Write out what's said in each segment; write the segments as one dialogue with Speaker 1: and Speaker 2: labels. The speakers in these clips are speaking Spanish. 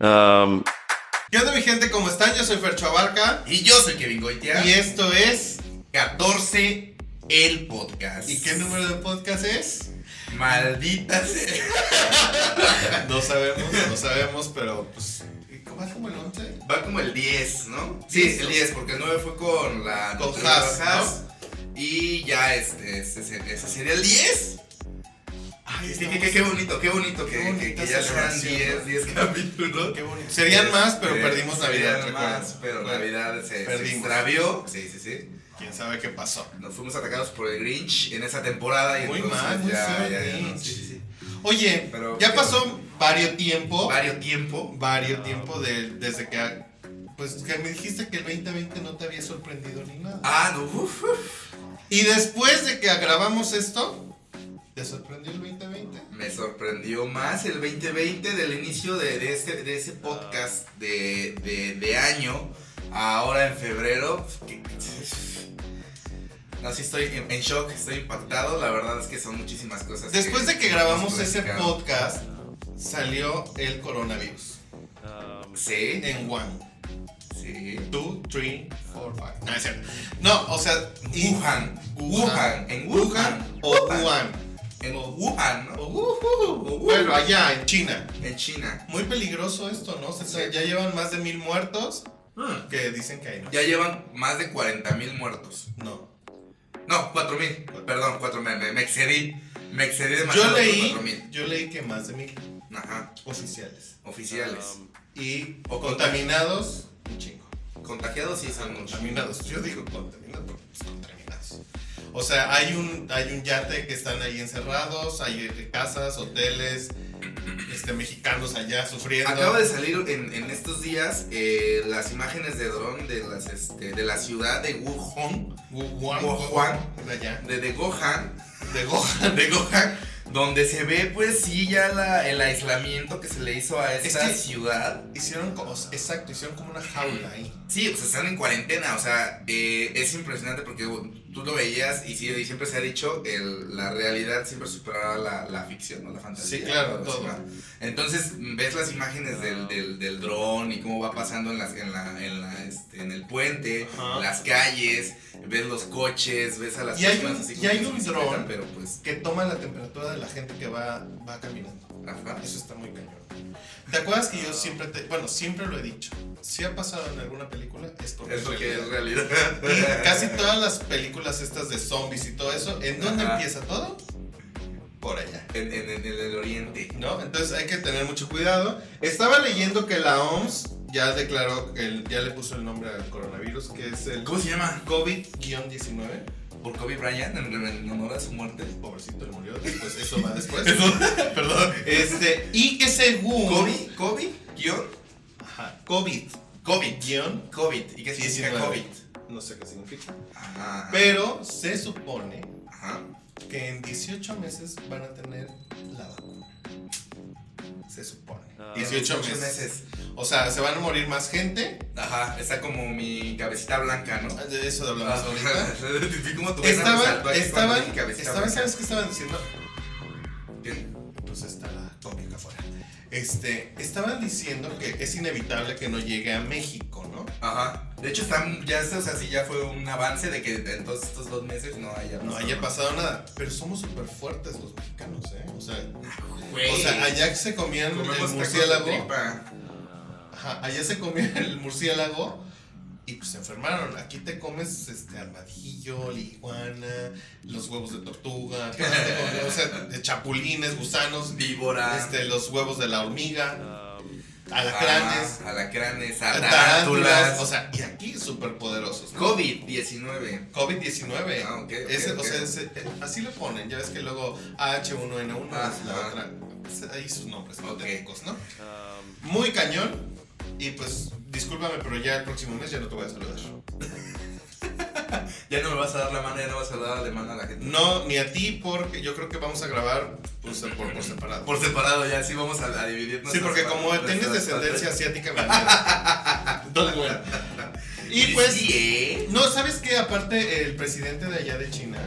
Speaker 1: Um,
Speaker 2: ¿Qué onda mi gente? ¿Cómo están? Yo soy Fercho Abarca
Speaker 3: Y yo soy Kevin Goitia.
Speaker 2: y esto es...
Speaker 3: 14 el podcast.
Speaker 2: ¿Y qué número de podcast es?
Speaker 3: Maldita sea.
Speaker 2: No sabemos, no sabemos, pero pues... ¿Cómo es como el 11?
Speaker 3: Va como el 10, ¿no? Sí, el 10, porque el 9 fue con la.
Speaker 2: Con
Speaker 3: la
Speaker 2: Haas,
Speaker 3: Y ya este, ese, se- ese sería el 10.
Speaker 2: Ay,
Speaker 3: Así que qué, qué bonito, qué bonito que,
Speaker 2: Qué
Speaker 3: que-
Speaker 2: bonita
Speaker 3: que ya sean
Speaker 2: celebración, ¿no?
Speaker 3: 10, 10 capítulos.
Speaker 2: Qué bonito. Serían más, pero
Speaker 3: Eh,
Speaker 2: perdimos Navidad,
Speaker 3: serían
Speaker 2: recuerda.
Speaker 3: más, pero
Speaker 2: Bueno,
Speaker 3: Navidad se, se
Speaker 2: perdimos.
Speaker 3: extravió. Sí, sí, sí.
Speaker 2: ¿Quién sabe qué pasó?
Speaker 3: Nos fuimos atacados por el Grinch en esa temporada. Y
Speaker 2: Muy
Speaker 3: entonces
Speaker 2: mal, muy
Speaker 3: ya,
Speaker 2: feo,
Speaker 3: ya, ya,
Speaker 2: Grinch.
Speaker 3: no, sí, sí, sí.
Speaker 2: Oye,
Speaker 3: Pero-
Speaker 2: ya pasó varios tiempo,
Speaker 3: Vario tiempo.
Speaker 2: varios tiempo de- desde que... Pues que me dijiste que el 2020 no te había sorprendido ni nada.
Speaker 3: Ah, no, uf, uf.
Speaker 2: Y después de que grabamos esto, ¿te sorprendió el 2020?
Speaker 3: Me sorprendió más el 2020 del inicio de, de este, de ese podcast de, de- de año, ahora en febrero. que- No, sí estoy en, en shock, estoy impactado. La verdad es que son muchísimas cosas.
Speaker 2: Después de que grabamos
Speaker 3: hemos
Speaker 2: ese
Speaker 3: platicado.
Speaker 2: podcast, salió el coronavirus
Speaker 3: Sí,
Speaker 2: en Wuhan.
Speaker 3: sí.
Speaker 2: 2, 3, 4, 5. No, es cierto. No, o sea, y-
Speaker 3: Wuhan, Wuhan, en
Speaker 2: Wuhan
Speaker 3: Wuhan,
Speaker 2: o Wuhan.
Speaker 3: en Wuhan, ¿no?
Speaker 2: O Wuhu. Bueno, allá en China.
Speaker 3: en China.
Speaker 2: Muy peligroso esto, ¿no? O sea, ya llevan más de mil muertos que dicen que hay, ¿no?
Speaker 3: Ya llevan más de 40 mil muertos.
Speaker 2: No.
Speaker 3: No, 4 mil, perdón, 4 mil, me, me excedí. Me excedí demasiado.
Speaker 2: Yo
Speaker 3: con
Speaker 2: leí,
Speaker 3: 4,000.
Speaker 2: yo leí que más de mil
Speaker 3: Ajá,
Speaker 2: oficiales.
Speaker 3: oficiales.
Speaker 1: Ah,
Speaker 2: y
Speaker 3: O
Speaker 2: contaminados. Un chingo.
Speaker 3: Contagiados sí son muchos.
Speaker 2: Contaminados. Yo digo contaminados, porque pues contaminados. O sea, hay un, hay un yate que están ahí encerrados, hay eh, casas, hoteles, este, mexicanos allá sufriendo.
Speaker 3: Acaba de salir en, en estos días eh, las imágenes de dron de, las, este, de la ciudad de Wuhan,
Speaker 2: Wu- Wuhan,
Speaker 3: Wuhan.
Speaker 2: de allá,
Speaker 3: de, de Gohan,
Speaker 2: de Gohan.
Speaker 3: de Gohan, donde se ve pues sí ya la- el aislamiento que se le hizo a
Speaker 2: Es
Speaker 3: esta
Speaker 2: que-
Speaker 3: ciudad.
Speaker 2: Hicieron como, exacto, hicieron como una jaula ahí.
Speaker 3: Sí, o sea, están en cuarentena, o sea, eh, es impresionante porque bueno, tú lo veías y, sí, y siempre se ha dicho, el- la realidad siempre superará la, la ficción, ¿no? La fantasía.
Speaker 2: Sí, claro,
Speaker 3: o
Speaker 2: todo.
Speaker 3: sea, Entonces, mm, ves las imágenes del, del, del dron y cómo va pasando en, las, en, la, en, la, este, en el puente,
Speaker 2: Ajá.
Speaker 3: las calles, ves los coches, ves a las
Speaker 2: Y hay
Speaker 3: personas
Speaker 2: un-
Speaker 3: así
Speaker 2: y
Speaker 3: como
Speaker 2: hay
Speaker 3: que se
Speaker 2: un
Speaker 3: bicicletan,
Speaker 2: dron.
Speaker 3: Pero pues,
Speaker 2: Que toma la temperatura de la gente que va, va caminando.
Speaker 3: ajá.
Speaker 2: Eso está muy cañón. ¿Te acuerdas que yo siempre te, bueno, siempre lo he dicho? Si ha pasado en alguna película, es porque
Speaker 3: Es lo que
Speaker 2: realidad.
Speaker 3: es realidad.
Speaker 2: Y casi todas las películas estas de zombies y todo eso, ¿en dónde
Speaker 3: Ajá.
Speaker 2: empieza todo? Por allá.
Speaker 3: En, en- en el oriente.
Speaker 2: ¿No? Entonces hay que tener mucho cuidado. Estaba leyendo que la OMS ya declaró, el, ya le puso el nombre al coronavirus, que es el
Speaker 3: ¿Cómo se llama?
Speaker 2: COVID-19.
Speaker 3: Por Kobe Bryant, en, en honor a su muerte.
Speaker 2: Pobrecito, él murió después, eso va después.
Speaker 3: Perdón.
Speaker 2: Este, y que según...
Speaker 3: Kobe, Kobe, guión,
Speaker 2: Ajá, COVID.
Speaker 3: COVID.
Speaker 2: Guión,
Speaker 3: COVID. ¿Y qué significa
Speaker 2: 19.
Speaker 3: COVID?
Speaker 2: no sé qué significa.
Speaker 3: Ah. Ajá.
Speaker 2: Pero se supone
Speaker 3: Ajá.
Speaker 2: que en 18 meses van a tener la vacuna. Se supone. 18 meses. O sea, se van a morir más gente.
Speaker 3: Ajá. Está como mi cabecita blanca, ¿no?
Speaker 2: De eso hablamos
Speaker 3: Ah.
Speaker 2: ahorita.
Speaker 3: Vi como tu vena resaltó
Speaker 2: Estaban,
Speaker 3: ahí cuando dije
Speaker 2: estaban,
Speaker 3: cabecita
Speaker 2: estaban,
Speaker 3: blanca.
Speaker 2: ¿sabes qué estaban diciendo?
Speaker 3: ¿Qué?
Speaker 2: Pues está la cómica afuera. Este, estaban diciendo que es inevitable que no llegue a México, ¿no?
Speaker 3: Ajá. De hecho, están, ya, está- o sea, sí, ya fue un avance de que en todos estos dos meses no haya
Speaker 2: No haya pasado nada. Pero somos súper fuertes los mexicanos, ¿eh? O sea,
Speaker 3: Güey.
Speaker 2: o sea allá que se comían el
Speaker 3: comemos
Speaker 2: murciélago.
Speaker 3: tacos de tripa.
Speaker 2: Ajá, allá se comió el murciélago y pues se enfermaron. Aquí te comes este armadillo, la iguana, los huevos de tortuga, te comes, o sea, de chapulines, gusanos,
Speaker 3: Víbora.
Speaker 2: este, los huevos de la hormiga, alacranes, eh,
Speaker 3: Ah, alacranes.
Speaker 2: tarántulas.
Speaker 3: Tarántulas.
Speaker 2: O sea, y aquí súper poderosos.
Speaker 3: COVID-19.
Speaker 2: COVID-19.
Speaker 3: Ah, ok, ok,
Speaker 2: Ese,
Speaker 3: ok.
Speaker 2: O sea, ese- eh, así le ponen. Ya ves que luego H1N1 es la
Speaker 3: Ajá.
Speaker 2: otra. pues, ahí sus nombres
Speaker 3: Ok.
Speaker 2: técnicos, ¿no? Muy cañón. Y pues, discúlpame, pero ya el próximo mes ya no te voy a saludar.
Speaker 3: Ya no me vas a dar la mano, ya no vas a dar la mano a la gente.
Speaker 2: No, ni a ti, porque yo creo que vamos a grabar pues, por, por separado.
Speaker 3: Por separado, ya sí vamos a, a dividirnos.
Speaker 2: sí, porque como tienes descendencia asiática, me Entonces, bueno. Y pues,
Speaker 3: ¿eh?
Speaker 2: no, ¿sabes qué? Aparte, el presidente de allá de China,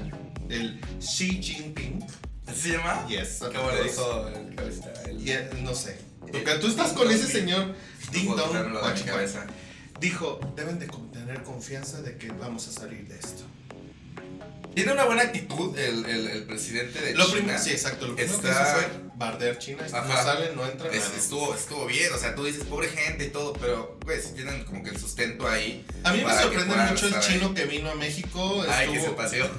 Speaker 2: el Xi Jinping,
Speaker 3: ¿Así se llama?
Speaker 2: Yes.
Speaker 3: ¿Cómo le dijo Eh, el cabecita? El...
Speaker 2: Yeah, no sé. Porque tú estás con ese señor Ding
Speaker 3: Puedo
Speaker 2: Dong
Speaker 3: quitarme lo de mi
Speaker 2: Watch Party.
Speaker 3: cabeza.
Speaker 2: Dijo, deben de con- tener confianza de que vamos a salir de esto.
Speaker 3: Tiene una buena actitud el, el, el presidente de
Speaker 2: Lo
Speaker 3: China.
Speaker 2: primero, sí, exacto. Lo primero que
Speaker 3: está-
Speaker 2: hizo fue bardear China. No
Speaker 3: Ajá.
Speaker 2: sale, no entra.
Speaker 3: Es-
Speaker 2: nada.
Speaker 3: estuvo, estuvo bien, o sea, tú dices pobre gente y todo, pero pues si tienen como que el sustento ahí.
Speaker 2: A mí me
Speaker 3: para que
Speaker 2: sorprende
Speaker 3: puedan
Speaker 2: mucho el
Speaker 3: estar ahí.
Speaker 2: chino que vino a México.
Speaker 3: Ay, que se
Speaker 2: Estuvo,
Speaker 3: paseó.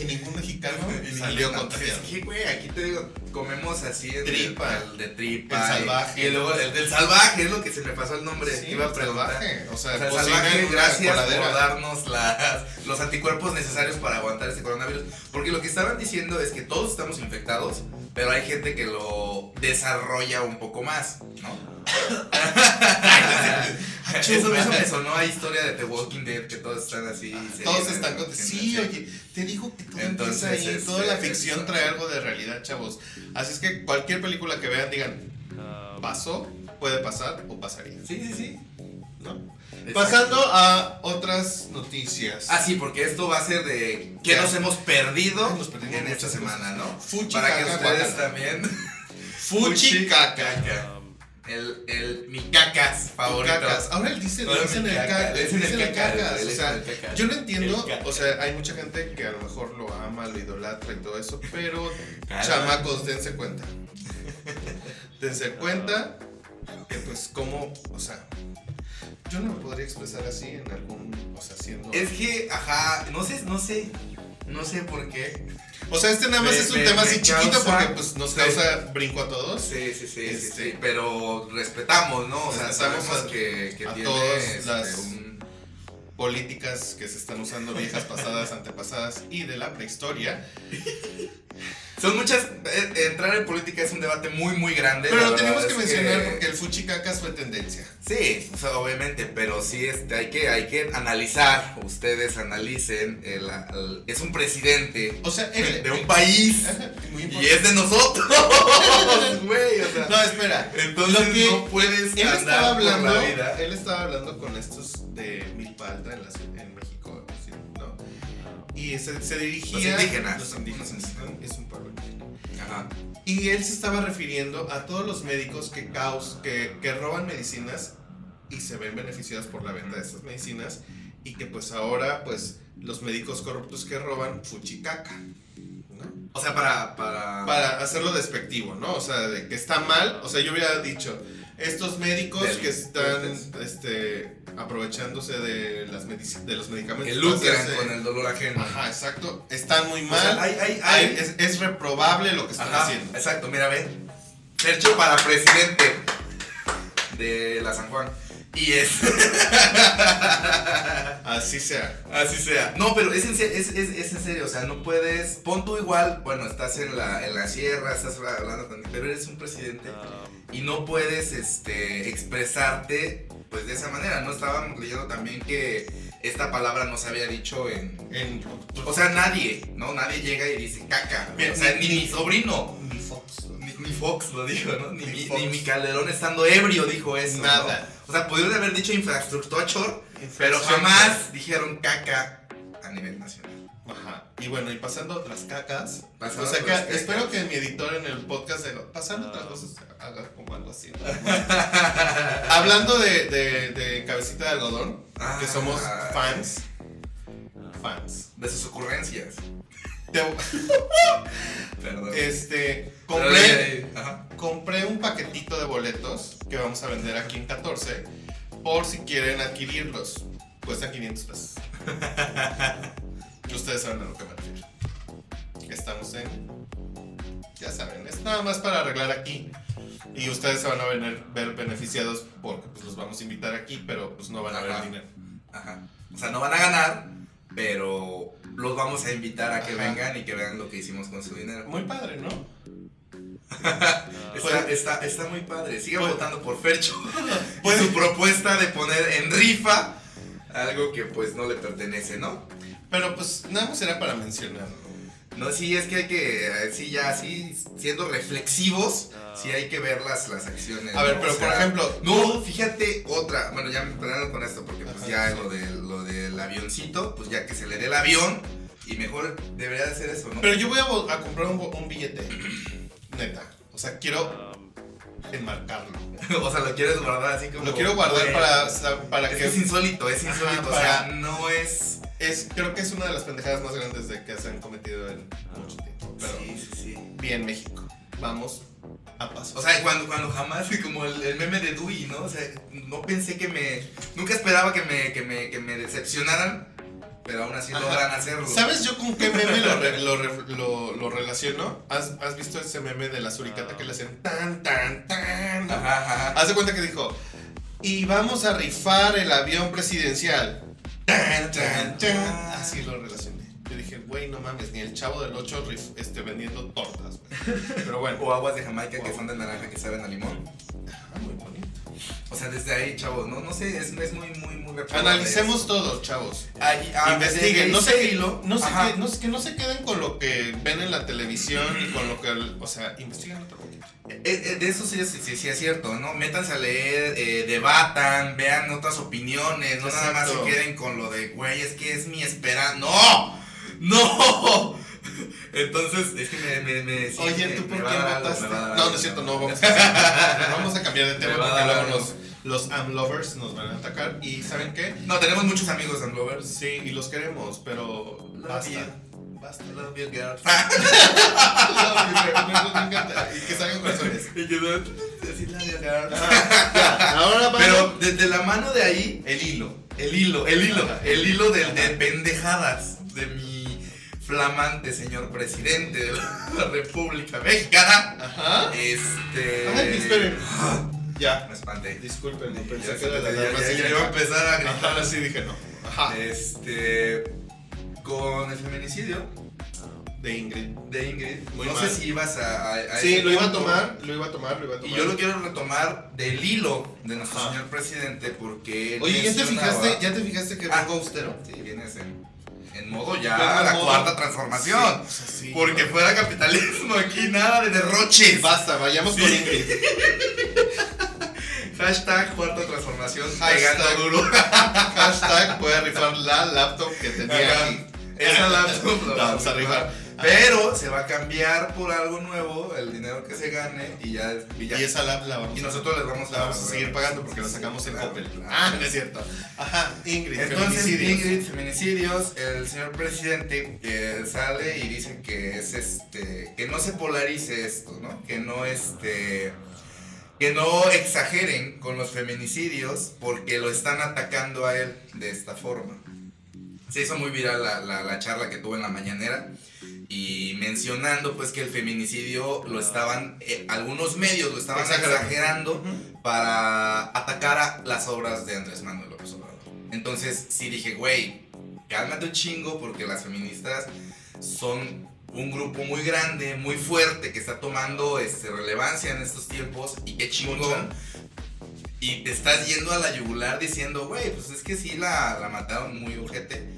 Speaker 2: y ningún mexicano
Speaker 3: Y
Speaker 2: salió
Speaker 3: no,
Speaker 2: contagiado.
Speaker 3: es que, güey, aquí te digo, comemos así el
Speaker 2: Tripa.
Speaker 3: El, de tripa.
Speaker 2: El
Speaker 3: y-
Speaker 2: salvaje.
Speaker 3: Y, luego el del salvaje, es lo que se me pasó el nombre.
Speaker 2: Sí,
Speaker 3: que iba a preguntar.
Speaker 2: salvaje. O
Speaker 3: O
Speaker 2: sea,
Speaker 3: sea, el
Speaker 2: cocina en
Speaker 3: salvaje,
Speaker 2: una
Speaker 3: gracias
Speaker 2: coladera.
Speaker 3: por darnos las, los anticuerpos necesarios para aguantar este coronavirus. Porque lo que estaban diciendo es que todos estamos infectados, pero hay gente que lo desarrolla un poco más, ¿no? eso, eso me sonó a historia de The Walking Dead, que todos están así. se
Speaker 2: Ah, Todos
Speaker 3: llenan,
Speaker 2: están
Speaker 3: ¿no?
Speaker 2: con...
Speaker 3: Que
Speaker 2: Sí,
Speaker 3: no sé.
Speaker 2: oye, te digo que todo
Speaker 3: Entonces,
Speaker 2: empieza ahí.
Speaker 3: este,
Speaker 2: toda la ficción
Speaker 3: exacto.
Speaker 2: trae algo de realidad, chavos. Así es que cualquier película que vean, digan, pasó, puede pasar o pasaría.
Speaker 3: Sí, sí, sí.
Speaker 2: ¿no?
Speaker 3: Exacto.
Speaker 2: Pasando a otras noticias.
Speaker 3: Ah, sí, porque esto va a ser de qué
Speaker 2: Ya.
Speaker 3: nos hemos perdido
Speaker 2: Nos perdimos
Speaker 3: en esta
Speaker 2: muchas
Speaker 3: semana, ¿no?
Speaker 2: Fuchi
Speaker 3: Para que
Speaker 2: caca,
Speaker 3: ustedes
Speaker 2: guacala.
Speaker 3: también.
Speaker 2: Fuchi caca.
Speaker 3: Caca. El, el, mi cacas favorito.
Speaker 2: Cacas. Ahora él dice,
Speaker 3: Ahora
Speaker 2: le dicen
Speaker 3: mi
Speaker 2: el
Speaker 3: caca,
Speaker 2: caca,
Speaker 3: le dicen el
Speaker 2: el
Speaker 3: caca,
Speaker 2: cacas,
Speaker 3: le
Speaker 2: o
Speaker 3: dicen
Speaker 2: sea,
Speaker 3: el caca.
Speaker 2: yo no entiendo,
Speaker 3: El caca.
Speaker 2: o sea, hay mucha gente que a lo mejor lo ama, lo idolatra y todo eso, pero
Speaker 3: Cara.
Speaker 2: chamacos, dense cuenta. dense cuenta que pues como, o sea, yo no me podría expresar así en algún, o sea, siendo...
Speaker 3: Es que, ajá, no sé, no sé, no sé por qué.
Speaker 2: o sea, este nada más
Speaker 3: me-
Speaker 2: es un
Speaker 3: me-
Speaker 2: tema
Speaker 3: me
Speaker 2: así chiquito
Speaker 3: causa-
Speaker 2: porque pues nos
Speaker 3: sí.
Speaker 2: causa brinco a todos.
Speaker 3: Sí, sí, sí, sí,
Speaker 2: Este.
Speaker 3: sí, pero respetamos, ¿no? O sea,
Speaker 2: Respetamos
Speaker 3: sabemos
Speaker 2: a-
Speaker 3: que, que
Speaker 2: a
Speaker 3: tiene
Speaker 2: todas
Speaker 3: este,
Speaker 2: las-
Speaker 3: un-
Speaker 2: políticas que se están usando viejas pasadas, antepasadas y de la prehistoria.
Speaker 3: Son muchas... eh, Entrar en política es un debate muy, muy grande.
Speaker 2: Pero
Speaker 3: la
Speaker 2: lo
Speaker 3: verdad
Speaker 2: tenemos que
Speaker 3: es
Speaker 2: mencionar porque el fuchicacas fue tendencia.
Speaker 3: Sí, o sea, obviamente, pero sí este, hay, que, hay que analizar, ustedes analicen, el- el- es un presidente
Speaker 2: O sea, él.
Speaker 3: de un país
Speaker 2: Ajá, muy
Speaker 3: y
Speaker 2: importante.
Speaker 3: es de nosotros, güey, o sea,
Speaker 2: No, espera.
Speaker 3: entonces
Speaker 2: lo que-
Speaker 3: no puedes
Speaker 2: Él
Speaker 3: andar
Speaker 2: estaba
Speaker 3: por la
Speaker 2: hablando.
Speaker 3: vida.
Speaker 2: Él estaba hablando con estos de Milpalta en, la ciudad- en México. ¿sí? ¿no? Y se, se dirigía.
Speaker 3: Los indígenas.
Speaker 2: Los indígenas. ¿no? Es un pueblo indígena.
Speaker 3: Ajá.
Speaker 2: Y él se estaba refiriendo a todos los médicos que, caus, que, que roban medicinas y se ven beneficiadas por la venta de estas medicinas. Y que pues ahora, pues, los médicos corruptos que roban, fuchicaca. ¿no?
Speaker 3: O sea, para, para,
Speaker 2: para hacerlo despectivo, ¿no? O sea, de que está mal, o sea, yo hubiera dicho, estos médicos que están
Speaker 3: Delincuentes.
Speaker 2: este, aprovechándose de, las medici- de los medicamentos.
Speaker 3: que lucran
Speaker 2: hacerse-
Speaker 3: con el dolor ajeno.
Speaker 2: Ajá, exacto. Están muy
Speaker 3: O
Speaker 2: mal.
Speaker 3: sea, hay, hay,
Speaker 2: Ay,
Speaker 3: hay-
Speaker 2: es, es reprobable lo que están
Speaker 3: Ajá,
Speaker 2: haciendo.
Speaker 3: exacto, mira, ve. Sergio para presidente de la San Juan. Y es...
Speaker 2: Así sea.
Speaker 3: Así sea. No, pero es en, se- es, es- es en serio, o sea, no puedes... Pon tú igual, bueno, estás en la, en la sierra, estás hablando con... Pero eres un presidente y no puedes este, expresarte pues de esa manera. No estábamos leyendo también que esta palabra no se había dicho en...
Speaker 2: En
Speaker 3: O sea, nadie, ¿no? Nadie llega y dice caca.
Speaker 2: Bien,
Speaker 3: o sea,
Speaker 2: ni-
Speaker 3: ni mi sobrino.
Speaker 2: ni Fox.
Speaker 3: Ni, ni Fox lo dijo, ¿no? Ni,
Speaker 2: Ni
Speaker 3: mi,
Speaker 2: Fox.
Speaker 3: ni mi Calderón estando ebrio dijo eso. ¿no?
Speaker 2: Nada.
Speaker 3: O sea, pudieron haber dicho infraestructura, pero jamás dijeron caca a nivel nacional.
Speaker 2: Ajá. Y bueno, y pasando a otras cacas.
Speaker 3: Pasando
Speaker 2: o sea,
Speaker 3: otras
Speaker 2: que
Speaker 3: cacas. Ah.
Speaker 2: espero que mi editor en el podcast de pasando otras cosas haga como algo así. ¿no? Hablando de, de- de Cabecita de Algodón,
Speaker 3: Ah.
Speaker 2: que somos fans. Fans.
Speaker 3: De sus ocurrencias.
Speaker 2: Te-
Speaker 3: Perdón.
Speaker 2: este,
Speaker 3: Pero
Speaker 2: compré,
Speaker 3: de- ajá.
Speaker 2: compré un paquetito de boletos que vamos a vender aquí en 14 por si quieren adquirirlos. Cuesta 500 pesos. Y Ustedes saben a lo que me refiero. Estamos en... Ya saben, es nada más para arreglar aquí. Y ustedes se van a vener- ver beneficiados porque pues, los vamos a invitar aquí, pero pues no van a ver
Speaker 3: Ajá.
Speaker 2: dinero.
Speaker 3: Ajá. O sea, no van a ganar, pero los vamos a invitar a que
Speaker 2: Ajá.
Speaker 3: vengan y que vean lo que hicimos con su dinero.
Speaker 2: Muy padre, ¿no?
Speaker 3: Está, está, está muy padre. Sigan
Speaker 2: Pues-
Speaker 3: votando por Fercho.
Speaker 2: Pues-
Speaker 3: Pues, su propuesta de poner en rifa algo que pues no le pertenece, ¿no?
Speaker 2: Pero pues nada más era para mencionarlo.
Speaker 3: No, sí, es que hay que, eh, sí, ya, sí, siendo reflexivos, sí hay que ver las, las acciones.
Speaker 2: A ver,
Speaker 3: Eh, ¿no?
Speaker 2: pero
Speaker 3: O
Speaker 2: por
Speaker 3: sea,
Speaker 2: ejemplo,
Speaker 3: No, fíjate otra. Bueno, ya me perdieron con esto, porque pues
Speaker 2: Ajá,
Speaker 3: ya
Speaker 2: sí.
Speaker 3: lo, del- lo del avioncito, pues ya que se le dé el avión, Y mejor debería de hacer eso, ¿no?
Speaker 2: Pero yo voy a, vo- a comprar un, bo- un billete. Neta. O sea, quiero
Speaker 1: Um,
Speaker 2: enmarcarlo.
Speaker 3: o sea, lo quieres guardar así como.
Speaker 2: Lo quiero guardar
Speaker 3: Güey,
Speaker 2: para, sa- para
Speaker 3: Es
Speaker 2: que.
Speaker 3: que es insólito, es insólito.
Speaker 2: Ajá,
Speaker 3: o sea,
Speaker 2: para-
Speaker 3: no es.
Speaker 2: Es, creo que es una de las pendejadas más grandes de que se han cometido en
Speaker 1: Ah.
Speaker 2: mucho tiempo. Pero
Speaker 3: Sí, sí, sí.
Speaker 2: bien, México. Vamos a paso.
Speaker 3: O sea, cuando, cuando jamás, como el, el meme de Dewey, ¿no? O sea, no pensé que me. Nunca esperaba que me, que me, que me decepcionaran, pero aún así
Speaker 2: Ajá.
Speaker 3: logran hacerlo.
Speaker 2: ¿Sabes yo con qué meme lo, re- lo, re- lo- lo relaciono? ¿Has, has visto ese meme de la suricata que le hacen tan, tan, tan?
Speaker 3: Ajá, ajá, ajá.
Speaker 2: Haz de cuenta que dijo, y vamos a rifar el avión presidencial. Tan, tan, tan. Así lo relacioné. Yo dije, güey, no mames, ni el chavo del 8 rif- este, vendiendo tortas. güey". Pero bueno,
Speaker 3: O aguas de Jamaica que
Speaker 2: Wow.
Speaker 3: son de naranja que saben a limón.
Speaker 2: ah, muy bonito.
Speaker 3: O sea, desde ahí, chavos, no, no sé, es, es muy, muy, muy reprobable
Speaker 2: Analicemos
Speaker 3: eso.
Speaker 2: todo, chavos.
Speaker 3: Ahí- ah,
Speaker 2: Investiguen,
Speaker 3: desde
Speaker 2: no
Speaker 3: ese
Speaker 2: se,
Speaker 3: hilo,
Speaker 2: no, se
Speaker 3: ajá.
Speaker 2: que, no, se- que no se queden con lo que ven en la televisión y con lo que, o sea, investiguen otro poquito.
Speaker 3: Eh, eh, de eso sí, sí, sí, sí es cierto, ¿no? Métanse a leer, eh, debatan, vean otras opiniones, no nada más se
Speaker 2: Exacto.
Speaker 3: queden con lo de, güey, es que es mi esperanza. ¡No! ¡No! Entonces, es que me. me, me sí,
Speaker 2: Oye,
Speaker 3: me-
Speaker 2: ¿tú
Speaker 3: me
Speaker 2: por
Speaker 3: va
Speaker 2: quién
Speaker 3: a dar algo,
Speaker 2: votaste?
Speaker 3: me va a dar
Speaker 2: No, no
Speaker 3: algo.
Speaker 2: es cierto, no, vamos a, vamos a cambiar de tema
Speaker 3: Me va a
Speaker 2: porque
Speaker 3: dar
Speaker 2: luego
Speaker 3: algo.
Speaker 2: los, los am lovers nos van a atacar y ¿saben qué?
Speaker 3: No, tenemos muchos amigos and lovers.
Speaker 2: Sí, y los queremos, pero basta. Basta.
Speaker 3: Love you, Ah, girl.
Speaker 2: Me encanta. Y que salgan corazones.
Speaker 3: Y que no- sí, love you, girl.
Speaker 2: Ahora
Speaker 3: Pero desde la mano de ahí,
Speaker 2: el hilo.
Speaker 3: el hilo, el hilo,
Speaker 2: Ajá.
Speaker 3: el hilo de, de
Speaker 2: Ajá.
Speaker 3: pendejadas de mi flamante señor presidente de la República Mexicana.
Speaker 2: Ajá.
Speaker 3: Este.
Speaker 2: Ay, esperen. Ya.
Speaker 3: Me espanté.
Speaker 2: Disculpen,
Speaker 3: Ya
Speaker 2: pensé
Speaker 3: se-
Speaker 2: que era la
Speaker 3: ya-
Speaker 2: alarma
Speaker 3: ya- ya
Speaker 2: sísmica.
Speaker 3: iba a empezar a gritar.
Speaker 2: Ajá, sí dije no. Ajá.
Speaker 3: Eh, Este. Con el feminicidio
Speaker 2: De Ingrid.
Speaker 3: de Ingrid.
Speaker 2: Muy
Speaker 3: no
Speaker 2: mal.
Speaker 3: sé si ibas a. a- a
Speaker 2: Sí,
Speaker 3: ese
Speaker 2: lo iba a
Speaker 3: punto.
Speaker 2: tomar, lo iba a tomar, lo iba a
Speaker 3: Y
Speaker 2: tomar.
Speaker 3: yo lo quiero retomar del hilo de nuestro
Speaker 2: Ajá.
Speaker 3: señor presidente porque. él
Speaker 2: Oye, ¿ya te
Speaker 3: mencionaba-
Speaker 2: fijaste? ¿Ya te fijaste que
Speaker 3: Ah.
Speaker 2: vengo austero?
Speaker 3: Sí, vienes en, en modo ya
Speaker 2: Vengo en
Speaker 3: la
Speaker 2: modo-
Speaker 3: cuarta transformación.
Speaker 2: Sí, o sea, sí.
Speaker 3: Porque fuera capitalismo aquí, nada de derroches.
Speaker 2: Basta, vayamos
Speaker 3: Sí.
Speaker 2: con Ingrid.
Speaker 3: Hashtag cuarta transformación.
Speaker 2: Hashtag-
Speaker 3: pegando duro.
Speaker 2: Hashtag voy a rifar la laptop que tenía
Speaker 3: Ajá.
Speaker 2: aquí.
Speaker 3: Esa laptop la
Speaker 2: La vamos a rifar.
Speaker 3: Pero se va a cambiar por algo nuevo el dinero que se gane y ya. Y,
Speaker 2: Y
Speaker 3: ya.
Speaker 2: esa lap la vamos
Speaker 3: Y
Speaker 2: a-
Speaker 3: nosotros les vamos a,
Speaker 2: la vamos a seguir pagando porque la sacamos en
Speaker 3: Claro,
Speaker 2: Opel.
Speaker 3: claro.
Speaker 2: Ah, no es cierto. Ajá, Ingrid,
Speaker 3: Entonces,
Speaker 2: feminicidios.
Speaker 3: Ingrid, feminicidios, el señor presidente eh, sale y dice que es este, que no se polarice esto, ¿no? Que no este, que no exageren con los feminicidios porque lo están atacando a él de esta forma. Se hizo muy viral la, la- la charla que tuvo en la mañanera y mencionando pues que el feminicidio lo estaban, eh, algunos medios lo estaban
Speaker 2: Exagerando.
Speaker 3: exagerando
Speaker 2: Ujú.
Speaker 3: para atacar a las obras de Andrés Manuel López Obrador. Entonces sí dije, güey, cálmate un chingo porque las feministas son un grupo muy grande, muy fuerte, que está tomando este, relevancia en estos tiempos y qué chingón.
Speaker 2: Mucha.
Speaker 3: Y te estás yendo a la yugular diciendo, güey, pues es que sí la, la mataron muy urgente.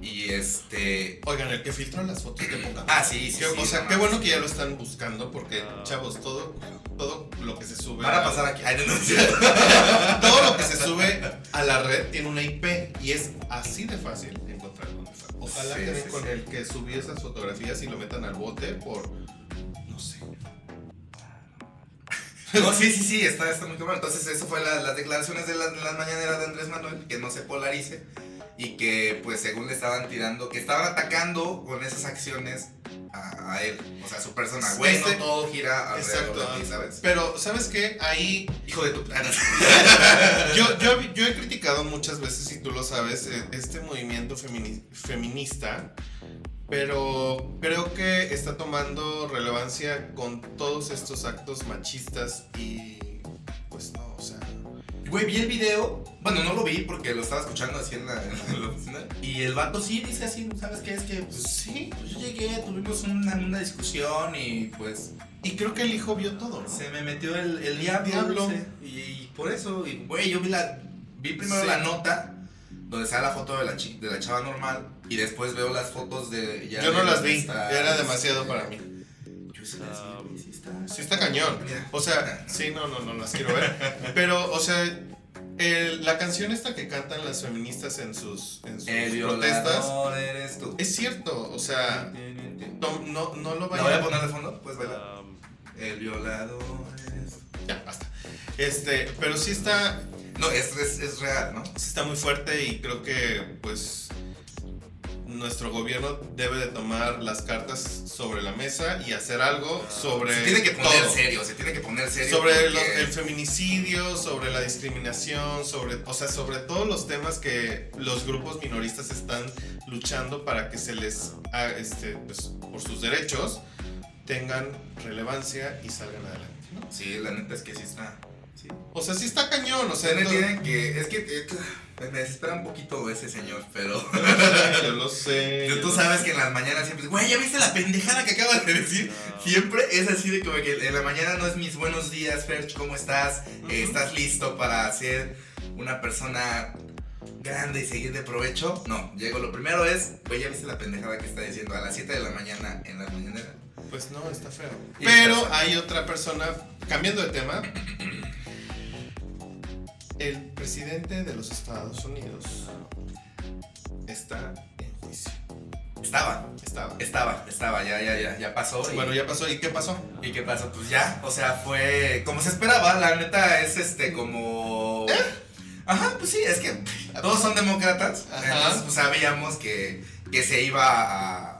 Speaker 3: Y este...
Speaker 2: Oigan, el que filtró las fotos de poca
Speaker 3: Ah, sí, sí.
Speaker 2: Qué-
Speaker 3: sí,
Speaker 2: o sea,
Speaker 3: no
Speaker 2: qué
Speaker 3: mames.
Speaker 2: bueno que ya lo están buscando porque, chavos, todo, todo lo que se sube.
Speaker 3: Van a pasar aquí. Ay, no, no, es cierto.
Speaker 2: Todo lo que se sube a la red tiene una IP y es así de fácil encontrar dónde está. Ojalá
Speaker 3: Sí,
Speaker 2: que den
Speaker 3: sí,
Speaker 2: con
Speaker 3: sí.
Speaker 2: el que subió esas fotografías y lo metan al bote por. No sé.
Speaker 3: No, sí, sí, sí, está, está muy cabrón. Entonces, eso fue la- las declaraciones de las, las mañaneras de Andrés Manuel, que no se polarice y que, pues, según le estaban tirando, que estaban atacando con esas acciones a, a él, o sea, a su persona. Güey,
Speaker 2: Este-
Speaker 3: no todo gira alrededor
Speaker 2: Exacto.
Speaker 3: de ti, ¿sabes?
Speaker 2: Pero, ¿sabes qué? Ahí
Speaker 3: Hijo de tu plana.
Speaker 2: yo, yo, yo he criticado muchas veces, y tú lo sabes, eh, este movimiento femini- feminista, pero creo que está tomando relevancia con todos estos actos machistas y pues no, o sea...
Speaker 3: Güey, vi el video. Bueno, no lo vi porque lo estaba escuchando así en la, en la oficina. Y el vato sí dice así, ¿sabes qué? Es que, pues, sí, pues, yo llegué, tuvimos una, una discusión y, pues,
Speaker 2: Y creo que el hijo vio todo, ¿no?
Speaker 3: Se me metió el, el diablo.
Speaker 2: Diablo.
Speaker 3: no sé, Y, y por eso, y, güey, yo vi la. Vi primero
Speaker 2: Sí.
Speaker 3: la nota donde sale la foto de la, chi- de la chava normal. Y después veo las fotos de. ya
Speaker 2: Yo no
Speaker 3: de
Speaker 2: las vi,
Speaker 3: esta-
Speaker 2: era demasiado para mí.
Speaker 3: Yo sí las vi, güey, sí está.
Speaker 2: Sí está cañón.
Speaker 3: Mira.
Speaker 2: O sea, sí, no, no, no las quiero ver. Pero, o sea, el- la canción esta que cantan las feministas en sus, en sus
Speaker 3: El
Speaker 2: protestas Ah.
Speaker 3: violador eres tú.
Speaker 2: es cierto, o sea, no, no, no lo
Speaker 3: ¿La voy
Speaker 2: vayan
Speaker 3: a poner de fondo? Pues baila. El violador eres tú.
Speaker 2: Ya, basta. Este, pero sí está,
Speaker 3: No, es, es, es real, ¿no?
Speaker 2: sí está muy fuerte y creo que pues nuestro gobierno debe de tomar las cartas sobre la mesa y hacer algo sobre
Speaker 3: Ah, Se tiene que poner
Speaker 2: todo.
Speaker 3: serio, se tiene que poner serio.
Speaker 2: sobre los-
Speaker 3: porque-
Speaker 2: el feminicidio, sobre la discriminación, sobre, o sea, sobre todos los temas que los grupos minoristas están luchando para que se les, ha- este, pues, por sus derechos, tengan relevancia y salgan adelante. ¿no?
Speaker 3: Sí, la neta es que sí está. Sí.
Speaker 2: O sea, sí está cañón, o
Speaker 3: O
Speaker 2: sea,
Speaker 3: sea, no
Speaker 2: no-
Speaker 3: tienen que. Es que. eh, me- me desespera un poquito ese señor, pero.
Speaker 2: yo lo sé.
Speaker 3: Tú sabes que en las mañanas siempre es, güey, ¿ya viste la pendejada que acabas de decir? Siempre es así de como que en la mañana no es mis buenos días, Ferch, ¿cómo estás?
Speaker 2: Ujú.
Speaker 3: Eh, ¿Estás listo para ser una persona grande y seguir de provecho? No, llego, lo primero es, güey, ¿ya viste la pendejada que está diciendo a las 7 de la mañana en la mañanera?
Speaker 2: Pues no, está feo.
Speaker 3: Y
Speaker 2: Pero
Speaker 3: pasa.
Speaker 2: hay otra persona, cambiando de tema. El presidente de los Estados Unidos está en juicio.
Speaker 3: Estaba,
Speaker 2: Estaba.
Speaker 3: estaba, estaba, ya, ya, ya, ya pasó. y-
Speaker 2: Bueno, ya pasó. ¿Y qué pasó?
Speaker 3: ¿Y qué pasó? Pues ya, o sea, fue como se esperaba, la neta es este como...
Speaker 2: ¿Eh?
Speaker 3: Ajá, pues sí, es que todos son demócratas,
Speaker 2: Ajá.
Speaker 3: entonces pues sabíamos que, que se iba a...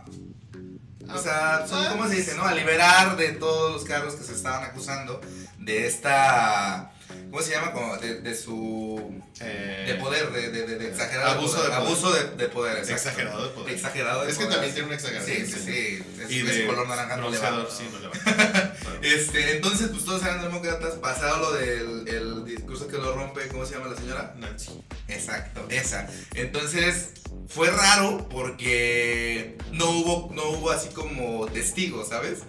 Speaker 3: O sea, son- ¿cómo se dice? ¿No? A liberar de todos los cargos que se estaban acusando de esta... ¿Cómo se llama? Como de, de su...
Speaker 2: Eh,
Speaker 3: De poder, de, de, de, de exagerado.
Speaker 2: Abuso de poder.
Speaker 3: Abuso de, de poder, exacto.
Speaker 2: Exagerado de poder.
Speaker 3: Exagerado de
Speaker 2: Es que
Speaker 3: poder.
Speaker 2: también tiene una exageración.
Speaker 3: Sí, sí, sí. Es,
Speaker 2: Y
Speaker 3: es
Speaker 2: de
Speaker 3: color naranja. no le va.
Speaker 2: bronceador, sí, no le va.
Speaker 3: Este, entonces, pues todos eran demócratas, pasado lo del el discurso que lo rompe, ¿cómo se llama la señora?
Speaker 2: Nancy.
Speaker 3: Exacto, esa. Entonces, fue raro porque no hubo, no hubo así como testigos, ¿sabes?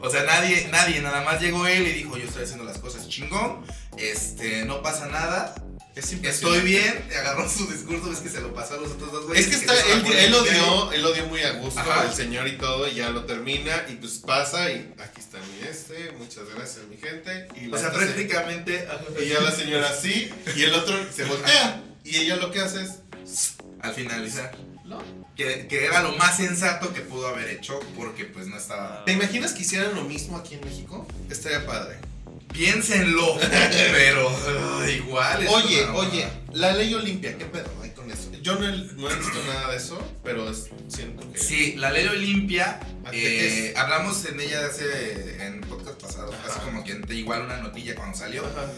Speaker 3: O sea, nadie, nadie, nada más llegó él y dijo, yo estoy haciendo las cosas chingón, este, no pasa nada,
Speaker 2: Es
Speaker 3: estoy
Speaker 2: impresionante.
Speaker 3: bien, agarró su discurso, es que se lo pasó a los otros dos güeyes.
Speaker 2: Es que está,
Speaker 3: se lo
Speaker 2: él,
Speaker 3: sacó
Speaker 2: él
Speaker 3: del
Speaker 2: odió, él odió muy a gusto
Speaker 3: Ajá.
Speaker 2: al señor y todo, y ya lo termina, y pues pasa, y aquí está mi este, muchas gracias mi gente. Y
Speaker 3: O
Speaker 2: la
Speaker 3: sea,
Speaker 2: otra se-
Speaker 3: prácticamente...
Speaker 2: Y ya la señora sí, y el otro se voltea, y ella lo que hace es...
Speaker 3: Al finalizar.
Speaker 2: ¿no?
Speaker 3: que, que era lo más sensato que pudo haber hecho porque pues no estaba...
Speaker 2: ¿Te imaginas que hicieran lo mismo aquí en México? Estaría padre.
Speaker 3: Piénsenlo, pero ah, igual... es
Speaker 2: Oye,
Speaker 3: una mamada.
Speaker 2: oye, la ley Olimpia, ¿qué pedo hay con eso? Yo no he, no he visto nada de eso, pero es- siento que...
Speaker 3: Sí, la ley Olimpia,
Speaker 2: ¿A
Speaker 3: eh,
Speaker 2: qué
Speaker 3: hablamos en ella hace, en podcast pasado,
Speaker 2: Ajá.
Speaker 3: hace como que te- igual una notilla cuando salió.
Speaker 2: Ajá.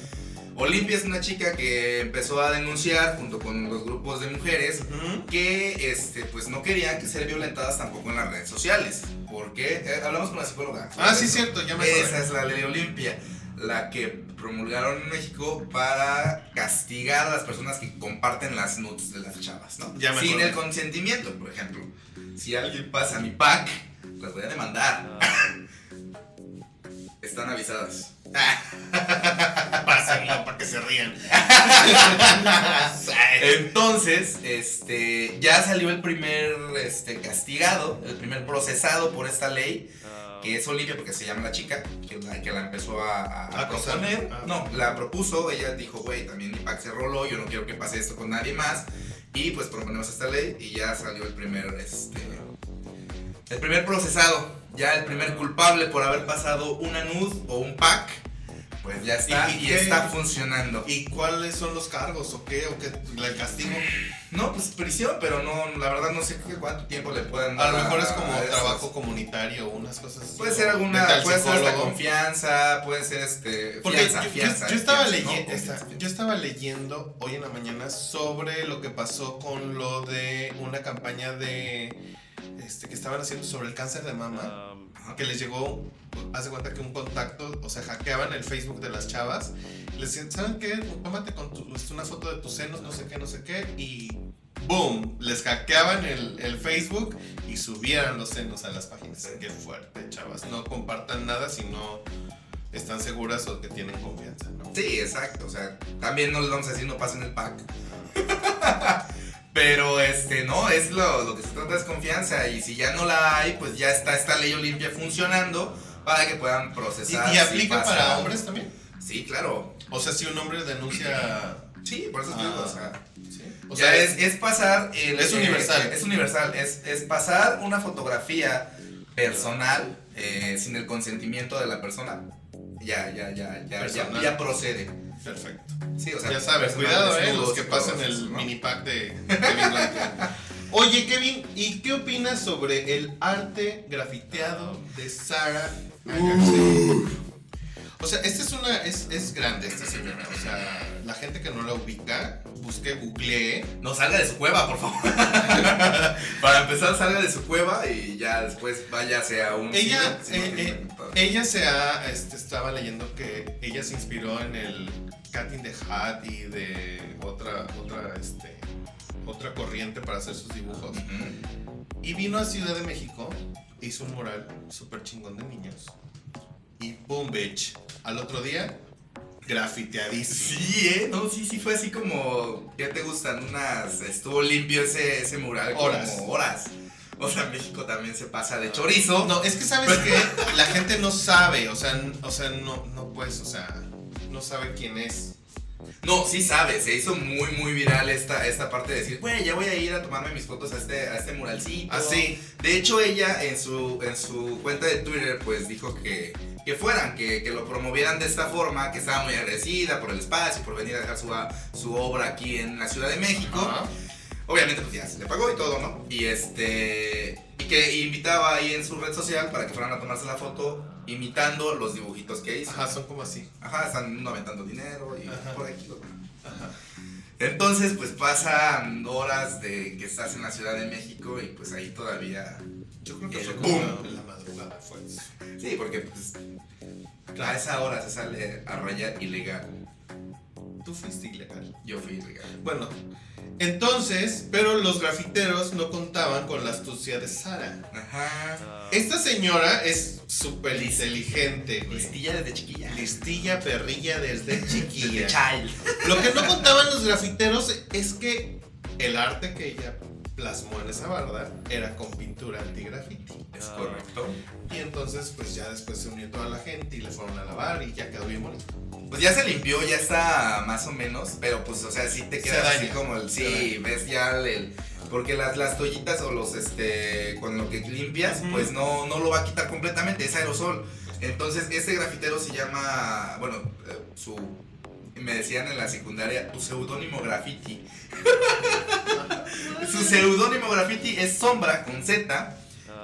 Speaker 3: Olimpia es una chica que empezó a denunciar junto con los grupos de mujeres
Speaker 2: Ujú.
Speaker 3: que este, pues no querían que ser violentadas tampoco en las redes sociales. Porque eh, hablamos con la psicóloga.
Speaker 2: Ah, sí, cierto, ya me acordé.
Speaker 3: Esa es la ley Olimpia, la que promulgaron en México para castigar a las personas que comparten las nudes de las chavas, ¿no?
Speaker 2: Ya me
Speaker 3: Sin
Speaker 2: acordé.
Speaker 3: el consentimiento, por ejemplo. Si alguien pasa mi pack, las voy a demandar. Están avisadas.
Speaker 2: Pásenlo para que se rían. Eh,
Speaker 3: Entonces, este, ya salió el primer este, castigado, el primer procesado por esta ley.
Speaker 2: Ah.
Speaker 3: que es Olivia, porque se llama la chica, que la, que la empezó a, a- a
Speaker 2: Acosar.
Speaker 3: proponer.
Speaker 2: Ah.
Speaker 3: No, la propuso, ella dijo, güey, también mi pack se roló, yo no quiero que pase esto con nadie más. Y pues proponemos esta ley y ya salió el primer, este, el primer procesado, ya el primer
Speaker 2: Ah.
Speaker 3: culpable por haber pasado una nud o un pack, pues ya está
Speaker 2: ¿Y- y
Speaker 3: y,
Speaker 2: qué?
Speaker 3: está funcionando.
Speaker 2: ¿Y cuáles son los cargos o qué? ¿O qué? ¿El castigo?
Speaker 3: no, pues prisión, pero no, la verdad no sé qué, cuánto tiempo le puedan
Speaker 2: A
Speaker 3: dar.
Speaker 2: lo mejor es como
Speaker 3: a esos.
Speaker 2: trabajo comunitario o unas cosas así.
Speaker 3: Ah, Puede ser
Speaker 2: ¿no?
Speaker 3: alguna,
Speaker 2: Vete al
Speaker 3: puede ser hasta
Speaker 2: psicólogo.
Speaker 3: confianza, puede ser este.
Speaker 2: Porque
Speaker 3: fianza,
Speaker 2: yo, yo-
Speaker 3: fianza,
Speaker 2: yo estaba
Speaker 3: fianza, ¿no?
Speaker 2: leyendo,
Speaker 3: Confianza,
Speaker 2: yo estaba leyendo hoy en la mañana sobre lo que pasó con lo de una campaña de este que estaban haciendo sobre el cáncer de mama, que les llegó, haz de cuenta que un contacto, o sea, hackeaban el Facebook de las chavas, les decían, ¿saben qué? Tómate con tu- este, una foto de tus senos, no sé qué, no sé qué, y boom, les hackeaban el, el Facebook y subieran los senos a las páginas. Qué fuerte, chavas. No compartan nada si no están seguras o que tienen confianza, ¿no?
Speaker 3: Sí, exacto. O sea, también no les vamos a decir no pasen el pack. Pero este, no, es lo, lo que se trata es confianza. Y si ya no la hay, pues ya está esta ley Olimpia funcionando para que puedan
Speaker 2: ¿Y,
Speaker 3: procesar.
Speaker 2: y
Speaker 3: si
Speaker 2: aplica
Speaker 3: pasa
Speaker 2: para
Speaker 3: algo.
Speaker 2: hombres también?
Speaker 3: Sí, claro.
Speaker 2: O sea, si un hombre denuncia
Speaker 3: Sí, por eso te
Speaker 2: Ah.
Speaker 3: digo, o sea.
Speaker 2: Sí.
Speaker 3: O sea, es, es pasar. el-
Speaker 2: Es
Speaker 3: eh,
Speaker 2: universal.
Speaker 3: Es universal. Es, es pasar una fotografía personal eh, sin el consentimiento de la persona. Ya, ya, ya, ya, ya,
Speaker 2: Personal.
Speaker 3: ya procede.
Speaker 2: perfecto.
Speaker 3: Sí, o sea,
Speaker 2: Ya sabes,
Speaker 3: personal,
Speaker 2: cuidado, eh,
Speaker 3: desnudos
Speaker 2: los que
Speaker 3: y
Speaker 2: pasan
Speaker 3: todo eso,
Speaker 2: el
Speaker 3: ¿no?
Speaker 2: mini pack de Kevin Blanco. Oye, Kevin, ¿y qué opinas sobre el arte grafiteado de Sara
Speaker 3: Uh.
Speaker 2: O sea, esta es una. Es, es grande esta señora. O sea, la gente que no la ubica, busque, googleé.
Speaker 3: No salga de su cueva, por favor. Para empezar, salga de su cueva y ya después váyase a un.
Speaker 2: Ella,
Speaker 3: sitio,
Speaker 2: eh,
Speaker 3: sí,
Speaker 2: eh,
Speaker 3: no tiene-
Speaker 2: Ella se ha, este, estaba leyendo que ella se inspiró en el Cat in the Hat y de otra, otra, este, otra corriente para hacer sus dibujos.
Speaker 3: Ujú.
Speaker 2: Y vino a Ciudad de México, e hizo un mural súper chingón de niños. Y boom, bitch. Al otro día, grafiteadísimo.
Speaker 3: Sí, eh. No, sí, sí, fue así como. ¿Qué te gustan? Unas. Estuvo limpio ese, ese mural
Speaker 2: Horas. Ah.
Speaker 3: como horas. O sea, México también se pasa de chorizo.
Speaker 2: No, es que sabes que la gente no sabe, o sea, n- o sea, no, no pues, o sea, no sabe quién es.
Speaker 3: No, sí sabes, se hizo muy, muy viral esta, esta parte de decir, güey, ya voy a ir a tomarme mis fotos a este, a este muralcito.
Speaker 2: Así.
Speaker 3: De hecho, ella en su, en su cuenta de Twitter, pues dijo que, que fueran, que, que lo promovieran de esta forma, que estaba muy agradecida por el espacio, por venir a dejar su, su obra aquí en la Ciudad de México.
Speaker 2: Ajá.
Speaker 3: Obviamente, pues ya se le pagó y todo, ¿no? Y este. Y que invitaba ahí en su red social para que fueran a tomarse la foto imitando los dibujitos que hizo.
Speaker 2: Ajá, son como así.
Speaker 3: Ajá, están uno aventando dinero y
Speaker 2: Ajá.
Speaker 3: por aquí otro.
Speaker 2: Ajá.
Speaker 3: Entonces, pues pasan horas de que estás en la Ciudad de México y pues ahí todavía.
Speaker 2: Yo creo que
Speaker 3: El
Speaker 2: fue
Speaker 3: boom.
Speaker 2: como la madrugada, fue eso.
Speaker 3: Sí, porque pues a esa hora se sale a rayar ilegal.
Speaker 2: Tú fuiste ilegal.
Speaker 3: Yo fui ilegal.
Speaker 2: Bueno, entonces, pero los grafiteros no contaban con la astucia de Sara.
Speaker 3: Ajá.
Speaker 2: Esta señora es súper inteligente, güey.
Speaker 3: Listilla desde chiquilla.
Speaker 2: Listilla, perrilla desde chiquilla.
Speaker 3: Desde child.
Speaker 2: Lo que no contaban los grafiteros es que el arte que ella plasmó en esa barda era con pintura antigrafiti.
Speaker 3: Es correcto.
Speaker 2: Y entonces, pues ya después se unió toda la gente y la fueron a lavar y ya quedó bien bonito.
Speaker 3: Pues ya se limpió, ya está más o menos, pero pues, o sea, sí te
Speaker 2: Se
Speaker 3: quedas así
Speaker 2: daña.
Speaker 3: como el.
Speaker 2: Se
Speaker 3: Sí, ves ya el. el- porque las, las toallitas o los, este, con lo que limpias,
Speaker 2: Ujú.
Speaker 3: pues no, no lo va a quitar completamente, es aerosol. Entonces, este grafitero se llama, bueno, eh, su, me decían en la secundaria, tu seudónimo graffiti. su seudónimo graffiti es Sombra con Z.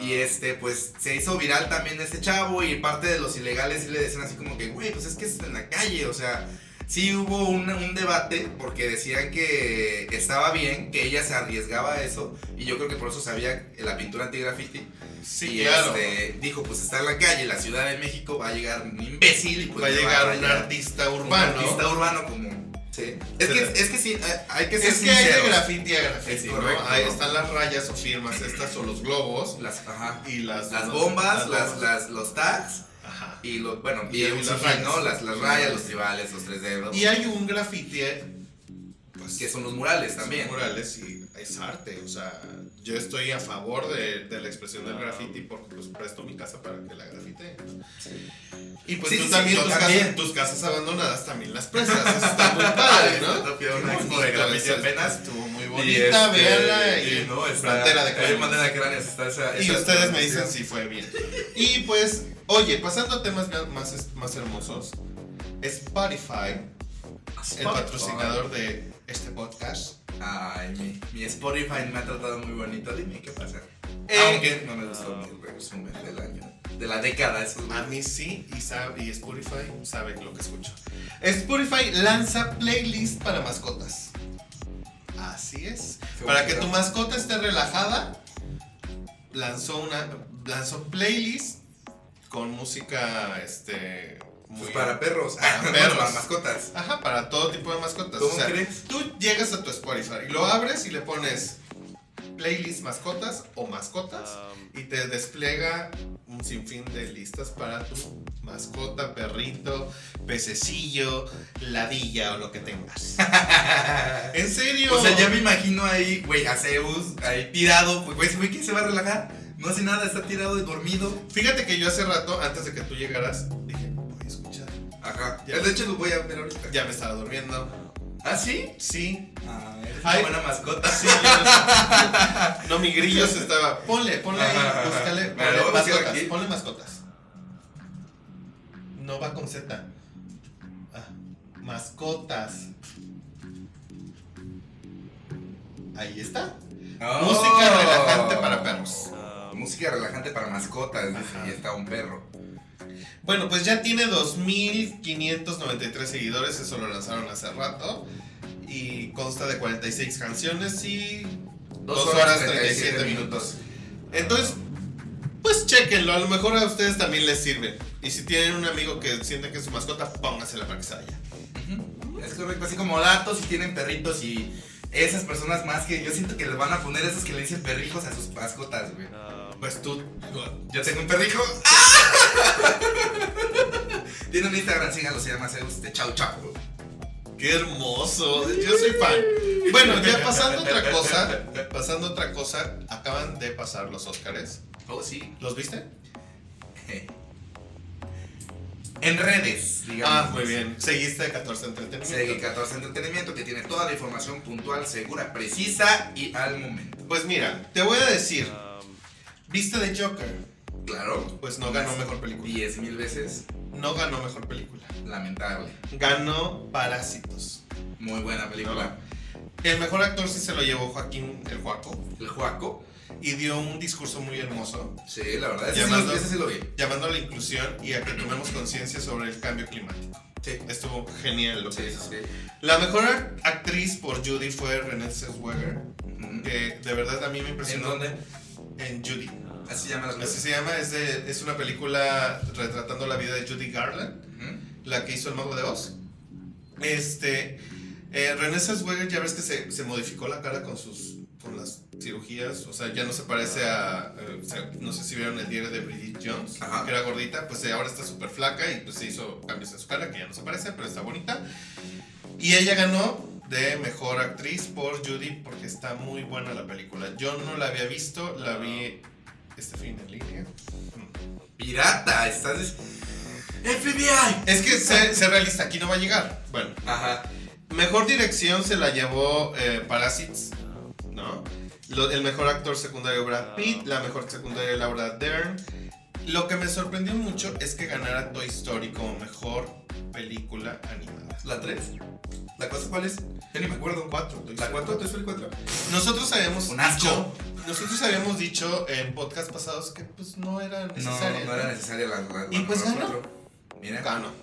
Speaker 3: Y este, pues se hizo viral también este chavo y parte de los ilegales sí le decían así como que, güey, pues es que es en la calle, o sea, sí hubo un, un debate porque decían que estaba bien, que ella se arriesgaba a eso y yo creo que por eso sabía la pintura anti-graffiti.
Speaker 2: Sí,
Speaker 3: y
Speaker 2: claro.
Speaker 3: este, dijo, pues está en la calle, la Ciudad de México, va a llegar un imbécil y pues
Speaker 2: Va a
Speaker 3: le
Speaker 2: llegar un
Speaker 3: rayar.
Speaker 2: artista
Speaker 3: Un
Speaker 2: urbano.
Speaker 3: artista urbano como... Sí. Es, que, es que sí, eh, hay que ser
Speaker 2: Es que hay de
Speaker 3: sinceros.
Speaker 2: graffiti a graffiti,
Speaker 3: Es
Speaker 2: ¿no?
Speaker 3: correcto.
Speaker 2: Ahí están las rayas o firmas estas o los globos
Speaker 3: Las, ajá.
Speaker 2: y las...
Speaker 3: Las bombas, las,
Speaker 2: bombas.
Speaker 3: las, los tags.
Speaker 2: Ajá.
Speaker 3: Y lo, bueno,
Speaker 2: Y
Speaker 3: y,
Speaker 2: el-
Speaker 3: un
Speaker 2: las
Speaker 3: sinfín,
Speaker 2: rayas.
Speaker 3: ¿no? Las, las rayas, los tribales, los tres dedos.
Speaker 2: Y hay un graffiti pues,
Speaker 3: que son los murales también.
Speaker 2: Son murales y es arte. O sea, yo estoy a favor de, de la expresión del graffiti porque pues presto mi casa para que la grafite. Y pues
Speaker 3: Sí,
Speaker 2: tú
Speaker 3: sí,
Speaker 2: también,
Speaker 3: yo
Speaker 2: tus,
Speaker 3: también.
Speaker 2: Casas, tus casas abandonadas también las presas. Eso está muy padre, ¿no?
Speaker 3: Está peor, una
Speaker 2: Qué
Speaker 3: expo de
Speaker 2: bonito,
Speaker 3: graffiti
Speaker 2: eso
Speaker 3: apenas.
Speaker 2: Estuvo muy
Speaker 3: Y
Speaker 2: bonita,
Speaker 3: este,
Speaker 2: véanla.
Speaker 3: y
Speaker 2: Y,
Speaker 3: no, está-
Speaker 2: Frontera de
Speaker 3: hay
Speaker 2: Cráneos.
Speaker 3: Frontera de cráneos, está esa-
Speaker 2: y
Speaker 3: esa
Speaker 2: ustedes me
Speaker 3: exposición.
Speaker 2: dicen si fue bien. Y pues, oye, pasando a temas ga- más, es- más hermosos, Spotify, el
Speaker 3: Spotify.
Speaker 2: patrocinador de este podcast,
Speaker 3: Ay, mi, mi Spotify me ha tratado muy bonito. Dime qué pasa.
Speaker 2: Eh,
Speaker 3: Aunque no me gustó mi resumen del año. De la década, eso.
Speaker 2: A mí sí, y, sabe, y Spotify sabe lo que escucho. Spotify lanza playlist para mascotas. Así es. Para que tu mascota esté relajada, lanzó una lanzó playlist con música este muy
Speaker 3: Pues para perros.
Speaker 2: Para
Speaker 3: Bueno,
Speaker 2: perros.
Speaker 3: para mascotas.
Speaker 2: Ajá, para todo tipo de mascotas.
Speaker 3: ¿Cómo
Speaker 2: o sea,
Speaker 3: crees?
Speaker 2: tú llegas a tu Spotify y lo abres y le pones playlist mascotas o mascotas y te despliega un sinfín de listas para tu mascota, perrito, pececillo, ladilla o lo que tengas. ¿En serio?
Speaker 3: O sea, ya me imagino ahí, güey, a Zeus, ahí tirado, güey, güey, ¿quién se va a relajar? No hace nada, está tirado y dormido.
Speaker 2: Fíjate que yo hace rato, antes de que tú llegaras, dije, voy a escuchar.
Speaker 3: Ajá. Ya, de hecho, lo voy a ver ahorita.
Speaker 2: Ya me estaba durmiendo.
Speaker 3: ¿Ah, sí?
Speaker 2: Sí.
Speaker 3: Ah, eres
Speaker 2: Ay.
Speaker 3: una buena mascota.
Speaker 2: Sí, yo- no, mi grillo se estaba. Ponle, ponle ahí,
Speaker 3: Ajá, ajá,
Speaker 2: búscale.
Speaker 3: ajá. Pero
Speaker 2: Ponle
Speaker 3: vamos a ir
Speaker 2: mascotas,
Speaker 3: aquí.
Speaker 2: ponle mascotas. No va con Z. Ah, mascotas. Ahí está.
Speaker 3: Oh.
Speaker 2: Música relajante para perros.
Speaker 1: Ah,
Speaker 3: Música relajante para mascotas, dice,
Speaker 2: Ajá.
Speaker 3: y está un perro.
Speaker 2: Bueno, pues ya tiene 2.593 seguidores, eso lo lanzaron hace rato. Y consta de 46 canciones y Dos horas, 37 minutos. Entonces, pues chequenlo, a lo mejor a ustedes también les sirve. Y si tienen un amigo que siente que es su mascota, póngasela para que se vaya.
Speaker 3: Ujú. Es correcto, así como datos, si tienen perritos y esas personas más que yo siento que les van a poner esos que le dicen perrijos a sus mascotas, güey.
Speaker 1: ah,
Speaker 2: Pues tú,
Speaker 3: Yo tengo un perrijo. ¡Ah! Tiene un Instagram, síganlo, se llama Zeus de Chau Chau.
Speaker 2: qué hermoso, yo soy fan. Bueno, ya pasando a otra cosa, pasando a otra cosa, acaban de pasar los Óscares.
Speaker 3: Oh, sí.
Speaker 2: ¿Los viste?
Speaker 3: En redes, digamos.
Speaker 2: Ah, muy bien. Seguiste de 14
Speaker 3: Segue
Speaker 2: entretenimiento.
Speaker 3: 14 Entretenimiento que tiene toda la información puntual, segura, precisa y al momento.
Speaker 2: Pues mira, te voy a decir,
Speaker 1: ah,
Speaker 2: ¿viste de Joker?
Speaker 3: Claro.
Speaker 2: Pues no ganó mejor película.
Speaker 3: 10 mil veces,
Speaker 2: No ganó mejor película.
Speaker 3: lamentable.
Speaker 2: Ganó Parásitos.
Speaker 3: Muy buena película.
Speaker 2: El mejor actor sí se lo llevó Joaquín el Joaco
Speaker 3: El Juaco.
Speaker 2: y dio un discurso muy hermoso
Speaker 3: Sí, la verdad.
Speaker 2: Ya
Speaker 3: Ese sí,
Speaker 2: más
Speaker 3: lo,
Speaker 2: dos.
Speaker 3: ese sí lo vi.
Speaker 2: llamando a la inclusión y a que tomemos conciencia sobre el cambio climático.
Speaker 3: Sí.
Speaker 2: Estuvo genial lo que
Speaker 3: Sí, sí,
Speaker 2: hizo.
Speaker 3: sí.
Speaker 2: La mejor actriz por Judy fue Renée Zellweger,
Speaker 3: Ujú.
Speaker 2: que de verdad a mí me
Speaker 3: Mm. ¿En
Speaker 2: impresionó.
Speaker 3: dónde?
Speaker 2: En Judy.
Speaker 3: Así llaman las
Speaker 2: Así
Speaker 3: veces.
Speaker 2: se llama, es, de- es una película retratando la vida de Judy Garland.
Speaker 3: Ujú.
Speaker 2: la que hizo el mago de Oz. Este, eh, Renée Zellweger ya ves que se, se modificó la cara con sus con las cirugías, o sea, ya no se parece a, eh, o sea, no sé si vieron el diario de Bridget Jones,
Speaker 3: Ajá.
Speaker 2: que era gordita, pues eh, ahora está súper flaca y pues se hizo cambios en su cara, que ya no se parece, pero está bonita. Y ella ganó de mejor actriz por Judy porque está muy buena la película. Yo no la había visto, la vi este fin en línea.
Speaker 3: Pirata, estás. des- ¡FBI!
Speaker 2: Es que se, se realista, aquí no va a llegar. Bueno,
Speaker 3: Ajá.
Speaker 2: Mejor dirección se la llevó eh, Parasites, ¿no? Lo- el mejor actor secundario Brad Pitt, la mejor secundaria Laura Dern. Lo que me sorprendió mucho es que ganara Toy Story como mejor película animada.
Speaker 3: ¿La 3? ¿La 4 cuál es? Yo ni me acuerdo.
Speaker 2: Cuatro, Toy
Speaker 3: ¿La
Speaker 2: Story
Speaker 3: 4?
Speaker 2: cuatro.
Speaker 3: ¿Tú eres el 4?
Speaker 2: Nosotros habíamos
Speaker 3: Un asco.
Speaker 2: dicho, nosotros habíamos dicho en podcast pasados que pues no Ah, era
Speaker 3: No,
Speaker 2: necesaria.
Speaker 3: no era necesaria la, la, la
Speaker 2: Y pues
Speaker 3: número
Speaker 2: ganó.
Speaker 3: cuatro. Mira.
Speaker 2: Ganó.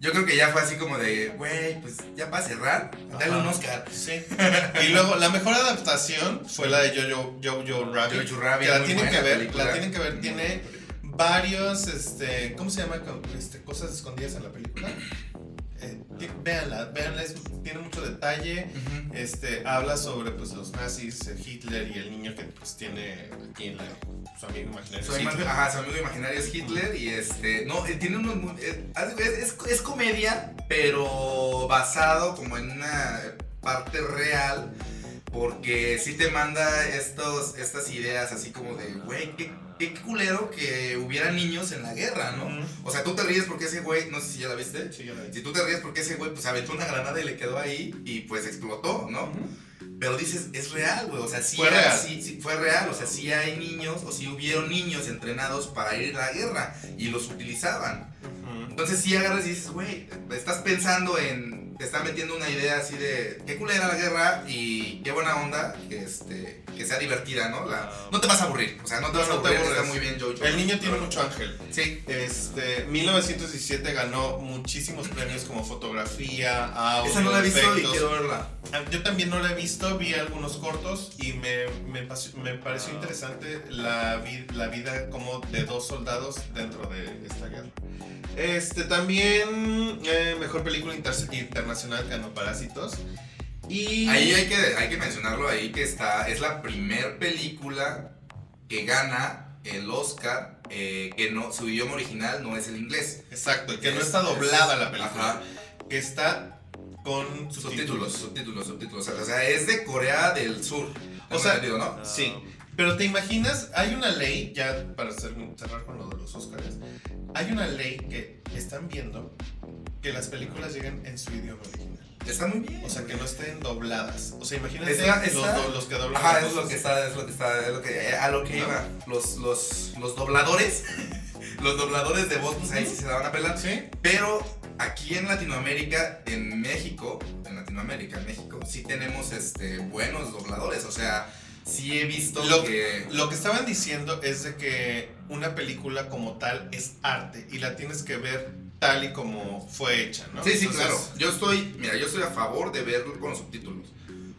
Speaker 3: Yo creo que ya fue así como de, güey, pues ya para cerrar, dale
Speaker 2: Ajá.
Speaker 3: un Oscar.
Speaker 2: Sí. Y luego la mejor adaptación fue la de Jojo Jojo Rabbit.
Speaker 3: Jojo Rabbit,
Speaker 2: que la
Speaker 3: muy
Speaker 2: tienen
Speaker 3: buena
Speaker 2: que ver,
Speaker 3: película.
Speaker 2: la tienen que ver,
Speaker 3: Muy
Speaker 2: tiene
Speaker 3: buena película.
Speaker 2: varios, este, ¿cómo se llama? Co- Este, cosas escondidas en la película. Eh, ti- véanla, véanla, es- tiene mucho detalle.
Speaker 3: Ujú.
Speaker 2: Este, habla sobre pues los nazis, eh, Hitler y el niño que pues tiene aquí en la- su amigo imaginario.
Speaker 3: Su, ima-
Speaker 2: Hitler.
Speaker 3: ajá, su amigo imaginario es Hitler y este, no, eh, tiene unos, mu- eh, haz- es, es, es comedia, pero basado como en una parte real, porque sí te manda estos, estas ideas así como de, güey, qué, qué culero que hubiera niños en la guerra, ¿no?
Speaker 2: Ujú.
Speaker 3: O sea, tú te ríes porque ese güey, no sé si ya la viste,
Speaker 2: Ah, Sí, yo la vi.
Speaker 3: Si tú te ríes porque ese güey pues aventó una granada y le quedó ahí y pues explotó, ¿no? Pero dices, es real, güey, o sea, sí,
Speaker 2: Fue
Speaker 3: hay-
Speaker 2: real.
Speaker 3: sí- sí fue real, o sea, sí hay niños o sí hubieron niños entrenados para ir a la guerra y los utilizaban.
Speaker 2: Ujú.
Speaker 3: Entonces sí agarras y dices, güey, estás pensando en, te está metiendo una idea así de, qué culera la guerra y qué buena onda, que, este, que sea divertida, ¿no? La, no te vas a aburrir, o sea, no te vas a
Speaker 2: Ah. No te
Speaker 3: aburrir, está
Speaker 2: aburres.
Speaker 3: muy bien Jojo.
Speaker 2: El niño tiene mucho ángel.
Speaker 3: Sí,
Speaker 2: Este, 1917 ganó muchísimos premios como fotografía, audio,
Speaker 3: esa no la he visto y
Speaker 2: efectos.
Speaker 3: quiero verla.
Speaker 2: Ah, Yo también no la he visto, vi algunos cortos y me, me pas- me
Speaker 3: Ah,
Speaker 2: pareció interesante la, vi- la vida como de dos soldados dentro de esta guerra. Este también, eh, mejor película inter- internacional ganó Parásitos. Y
Speaker 3: Ahí hay que, hay que mencionarlo ahí que está, es la primer película que gana el Oscar eh, que no, su idioma original no es el inglés.
Speaker 2: Exacto, y que no está doblada la
Speaker 3: Ajá,
Speaker 2: película, que está con
Speaker 3: subtítulos, subtítulos, subtítulos. O sea, es de Corea del Sur.
Speaker 2: O sea,
Speaker 3: entendido, ¿no?
Speaker 1: ah,
Speaker 2: Sí, pero te imaginas, hay una ley, ya para hacer- cerrar con lo de los Oscars, hay una ley que están viendo que las películas lleguen en su idioma original.
Speaker 3: Está muy bien.
Speaker 2: O sea, que
Speaker 3: güey.
Speaker 2: no estén dobladas. O sea, imagínate
Speaker 3: Está-
Speaker 2: los,
Speaker 3: está-
Speaker 2: do- los que doblan.
Speaker 3: Ajá,
Speaker 2: las
Speaker 3: es lo que
Speaker 2: voces.
Speaker 3: está, es lo que está, es lo que, eh, a lo que iba. Los, los, los dobladores, los dobladores de voz, pues ahí sí se daban a pelar.
Speaker 2: ¿Sí?
Speaker 3: Pero aquí en Latinoamérica, en México, en Latinoamérica, en México, sí tenemos este, buenos dobladores. O sea, sí he visto
Speaker 2: Lo-
Speaker 3: que.
Speaker 2: Lo que estaban diciendo es de que una película como tal es arte y la tienes que ver tal y como fue hecha, ¿no?
Speaker 3: Sí, sí,
Speaker 2: Entonces,
Speaker 3: claro. Yo estoy, mira, yo estoy a favor de verlo con los subtítulos.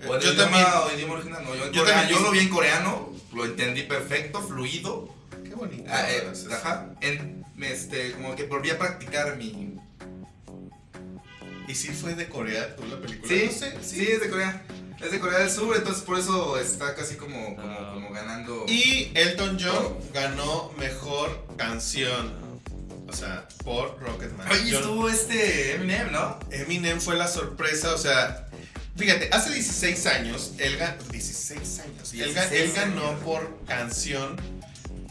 Speaker 2: eh,
Speaker 3: O en
Speaker 2: yo
Speaker 3: idioma-
Speaker 2: también.
Speaker 3: o en idioma original, no, yo, en
Speaker 2: Yo
Speaker 3: coreano.
Speaker 2: también-
Speaker 3: yo lo vi en coreano, lo entendí perfecto, fluido.
Speaker 2: Qué bonito.
Speaker 3: Ah, eh,
Speaker 2: Gracias.
Speaker 3: ajá. En- este, como que volví a practicar mi.
Speaker 2: Y sí fue de Corea, tú la película.
Speaker 3: Sí,
Speaker 2: No sé,
Speaker 3: sí, es de Corea. Es de Corea del Sur, entonces por eso está casi como, como,
Speaker 1: Ah.
Speaker 3: como ganando.
Speaker 2: Y Elton John ganó mejor canción. O sea, por Rocketman.
Speaker 3: Oye,
Speaker 2: Yo-
Speaker 3: estuvo este Eminem, ¿no?
Speaker 2: Eminem fue la sorpresa, o sea, fíjate, hace 16 años, él ganó, 16 años, él, ga-
Speaker 3: 16
Speaker 2: él ganó
Speaker 3: años.
Speaker 2: por canción